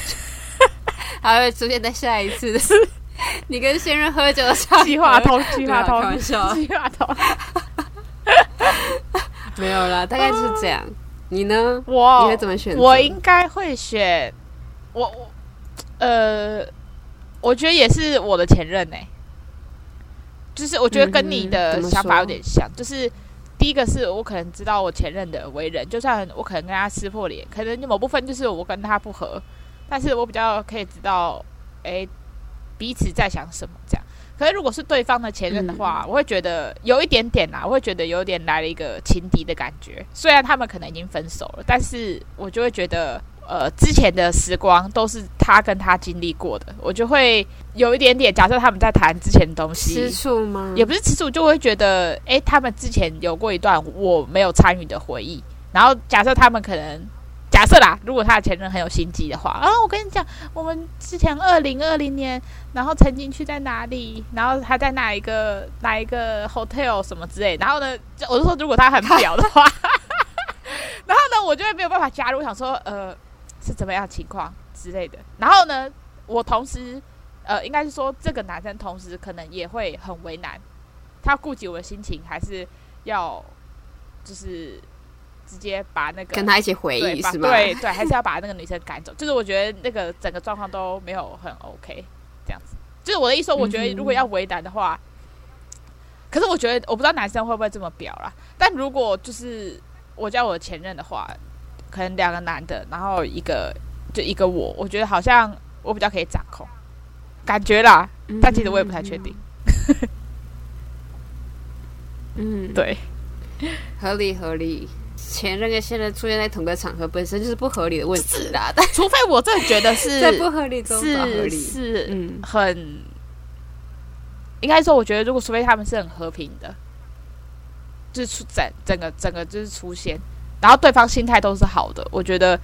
[SPEAKER 1] 还会出现在下一次的 [laughs] 你跟现任喝酒的场合
[SPEAKER 2] 计划通，
[SPEAKER 1] [laughs]
[SPEAKER 2] 计
[SPEAKER 1] 对
[SPEAKER 2] 划
[SPEAKER 1] 啊开
[SPEAKER 2] 通
[SPEAKER 1] 玩，笑，
[SPEAKER 2] 计划通，
[SPEAKER 1] [laughs] 没有啦，大概就是这样。你呢？
[SPEAKER 2] 我
[SPEAKER 1] 你会怎么选择？
[SPEAKER 2] 哦我应该会选我我呃，我觉得也是我的前任呢、欸就是我觉得跟你
[SPEAKER 1] 嗯
[SPEAKER 2] 的
[SPEAKER 1] 哼怎么
[SPEAKER 2] 想法有
[SPEAKER 1] 说
[SPEAKER 2] 点像，就是第一个是我可能知道我前任的为人，就算我可能跟他撕破脸，可能某部分就是我跟他不合，但是我比较可以知道，诶，哎彼此在想什么这样。可是如果是对方的前任的话，我会觉得有一点点啦、我会觉得有点来了一个情敌的感觉。虽然他们可能已经分手了，但是我就会觉得呃之前的时光都是他跟他经历过的，我就会有一点点假设他们在谈之前的东
[SPEAKER 1] 吃
[SPEAKER 2] 西，
[SPEAKER 1] 醋吗？
[SPEAKER 2] 也不是吃醋，就会觉得诶，他们之前有过一段我没有参与的回忆，然后假设他们可能。假设啦，如果他的前任很有心机的话，啊，我跟你讲，我们之前二零二零年，然后曾经去在哪里，然后他在哪一个哪一个 hotel 什么之类，然后呢，就我就说如果他很表的话， [laughs] 然后呢，我就会没有办法加入，想说呃是怎么样的情况之类的。然后呢，我同时呃应该是说这个男生同时可能也会很为难，他顾及我的心情，还是要就是直接把那个
[SPEAKER 1] 跟他一起回
[SPEAKER 2] 对
[SPEAKER 1] 忆
[SPEAKER 2] 把
[SPEAKER 1] 是吗？
[SPEAKER 2] 对对，还是要把那个女生赶走。就是我觉得那个整个状况都没有很 OK，这样子。就是我的意思说，我觉得如果要为难的话，可是我觉得我不知道男生会不会这么表啦。但如果就是我叫我前任的话，可能两个男的，然后一个就一个我，我觉得好像我比较可以掌控，感觉啦。
[SPEAKER 1] 嗯，
[SPEAKER 2] 但其实我也不太确定。
[SPEAKER 1] 嗯，嗯，
[SPEAKER 2] 对， [laughs]
[SPEAKER 1] 合理合理。前任跟现任出现在同个场合，本身就是不合理的问题啦。但
[SPEAKER 2] 除非我真的觉得
[SPEAKER 1] [laughs]
[SPEAKER 2] 是
[SPEAKER 1] 在不合理中找合
[SPEAKER 2] 是
[SPEAKER 1] 理，
[SPEAKER 2] 是
[SPEAKER 1] 嗯，
[SPEAKER 2] 很，应该说，我觉得如果除非他们是很和平的，就是出整整个整个就是出现，然后对方心态都是好的，我觉得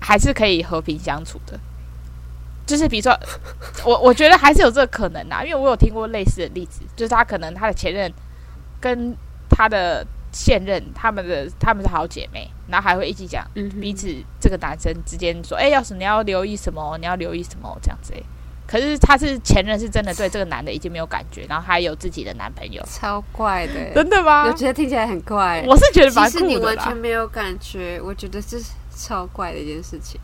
[SPEAKER 2] 还还是可以和平相处的。就是比如说，我我觉得还是有这个可能啊，因为我有听过类似的例子，就是他可能他的前任跟他的现任，他们的他们是好姐妹，然后还会一起讲
[SPEAKER 1] 嗯哼
[SPEAKER 2] 彼此这个男生之间说，哎、要是你要留意什么，你要留意什么这样子、欸。可是他是前任，是真的对这个男的已经没有感觉，然后他有自己的男朋友，
[SPEAKER 1] 超怪的欸，
[SPEAKER 2] 真的吗
[SPEAKER 1] 我？觉得听起来很怪欸。
[SPEAKER 2] 啊我是觉得蛮
[SPEAKER 1] 其实你
[SPEAKER 2] 酷的
[SPEAKER 1] 完
[SPEAKER 2] 啦
[SPEAKER 1] 全。没有感觉，我觉得这是超怪的一件事情。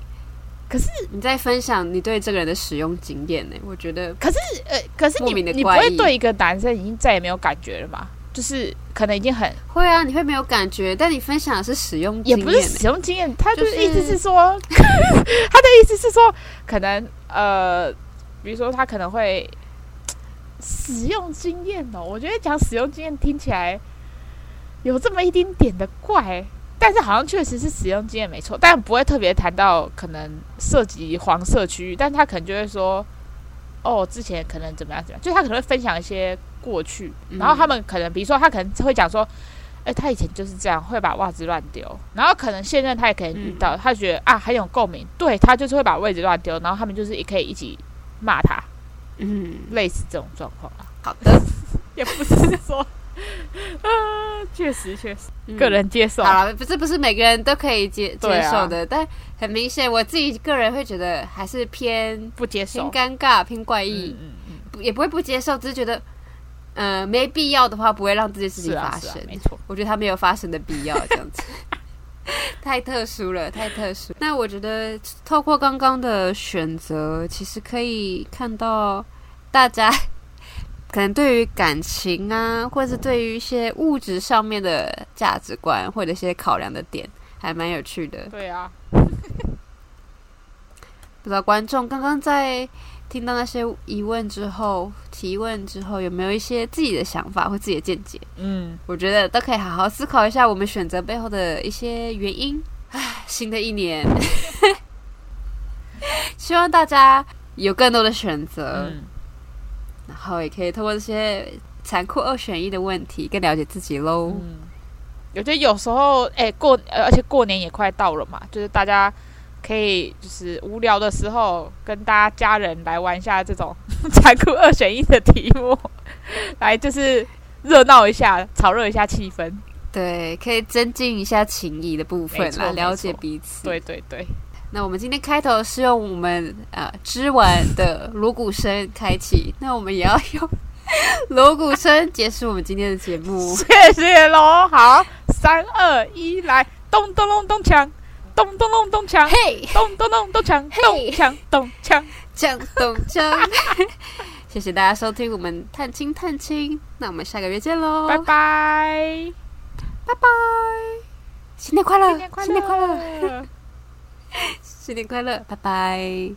[SPEAKER 2] 可是
[SPEAKER 1] 你在分享你对这个人的使用经验呢、我觉得
[SPEAKER 2] 可是呃，可是
[SPEAKER 1] 莫
[SPEAKER 2] 你
[SPEAKER 1] 名的
[SPEAKER 2] 你不
[SPEAKER 1] 怪
[SPEAKER 2] 会
[SPEAKER 1] 异
[SPEAKER 2] 对一个男生已经再也没有感觉了吗？就是可能已经很
[SPEAKER 1] 会啊，你会没有感觉，但你分享的是使用
[SPEAKER 2] 也
[SPEAKER 1] 经
[SPEAKER 2] 不
[SPEAKER 1] 验、
[SPEAKER 2] 是
[SPEAKER 1] 欸，
[SPEAKER 2] 使用经验，他
[SPEAKER 1] 就
[SPEAKER 2] 的
[SPEAKER 1] 是
[SPEAKER 2] 意思是说， [laughs] 他的意思是说，可能呃，比如说他可能会嗯使用经验哦。我觉得讲使用经验听起来有这么一丁点的怪，但是好像确实是使用经验没错，但不会特别谈到可能涉及黄色区域，但他可能就会说，哦，之前可能怎么样怎么样，就他可能会分享一些过去，
[SPEAKER 1] 嗯
[SPEAKER 2] 然后他们可能比如说他可能会讲说。哎、他以前就是这样，会把袜子乱丢，然后可能现任他也可能遇到，他觉得啊很有共鸣，对他就是会把位置乱丢，然后他们就是也可以一起骂他，
[SPEAKER 1] 嗯，
[SPEAKER 2] 类似这种状况啊，
[SPEAKER 1] 好的，
[SPEAKER 2] 也不是说，呃，确实确实，
[SPEAKER 1] 嗯
[SPEAKER 2] [laughs] 个人接受，
[SPEAKER 1] 好了，不是不是每个人都可以接
[SPEAKER 2] 对
[SPEAKER 1] 接
[SPEAKER 2] 啊
[SPEAKER 1] 受的，但很明显我自己个人会觉得还是偏
[SPEAKER 2] 不接
[SPEAKER 1] 偏
[SPEAKER 2] 受，
[SPEAKER 1] 尴尬、偏怪
[SPEAKER 2] 嗯
[SPEAKER 1] 异，
[SPEAKER 2] 嗯嗯，
[SPEAKER 1] 不也不会不接受，只是觉得呃没必要的话不会让这件事
[SPEAKER 2] 是
[SPEAKER 1] 情
[SPEAKER 2] 啊
[SPEAKER 1] 发
[SPEAKER 2] 是
[SPEAKER 1] 生。
[SPEAKER 2] 啊，没错，
[SPEAKER 1] 我觉得它没有发生的必要，这样子 [laughs] 太特殊了，太特殊。那我觉得透过刚刚的选择，其实可以看到大家可能对于感情啊，或者是对于一些物质上面的价值观或者一些考量的点，还蛮有趣的。
[SPEAKER 2] 对啊，
[SPEAKER 1] 不知道观众刚刚在听到那些疑问之后、提问之后，有没有一些自己的想法或自己的见解？
[SPEAKER 2] 嗯，
[SPEAKER 1] 我觉得都可以好好思考一下我们选择背后的一些原因。唉，新的一年， [laughs] 希望大家有更多的选择，
[SPEAKER 2] 嗯，
[SPEAKER 1] 然后也可以通过这些残酷二选一的问题更了解自己喽。
[SPEAKER 2] 嗯，我觉得有时候，哎、过，呃而且过年也快到了嘛，就是大家可以就是无聊的时候，跟大家家人来玩一下这种 [laughs] 残酷二选一的题目， [laughs] 来就是热闹一下，炒热一下气氛。
[SPEAKER 1] 对，可以增进一下情谊的部分
[SPEAKER 2] 没错
[SPEAKER 1] 啦，了解
[SPEAKER 2] 没错
[SPEAKER 1] 彼此。
[SPEAKER 2] 对对对，
[SPEAKER 1] 那我们今天开头是用我们呃织完的锣鼓声开启，那我们也要用锣鼓声结束我们今天的节目。
[SPEAKER 2] 谢谢喽。好，三二一，来，咚咚咚咚锵，咚咚咚咚锵，
[SPEAKER 1] 嘿、
[SPEAKER 2] 咚咚咚咚锵，咚
[SPEAKER 1] 嘿
[SPEAKER 2] 锵咚锵。
[SPEAKER 1] 江东江。 [laughs] 谢谢大家收听我们探亲探亲，那我们下个月见喽，
[SPEAKER 2] 拜拜，
[SPEAKER 1] 拜拜，新年快乐，
[SPEAKER 2] 新年快
[SPEAKER 1] 新年快乐，
[SPEAKER 2] 乐。
[SPEAKER 1] 新年快乐，拜拜。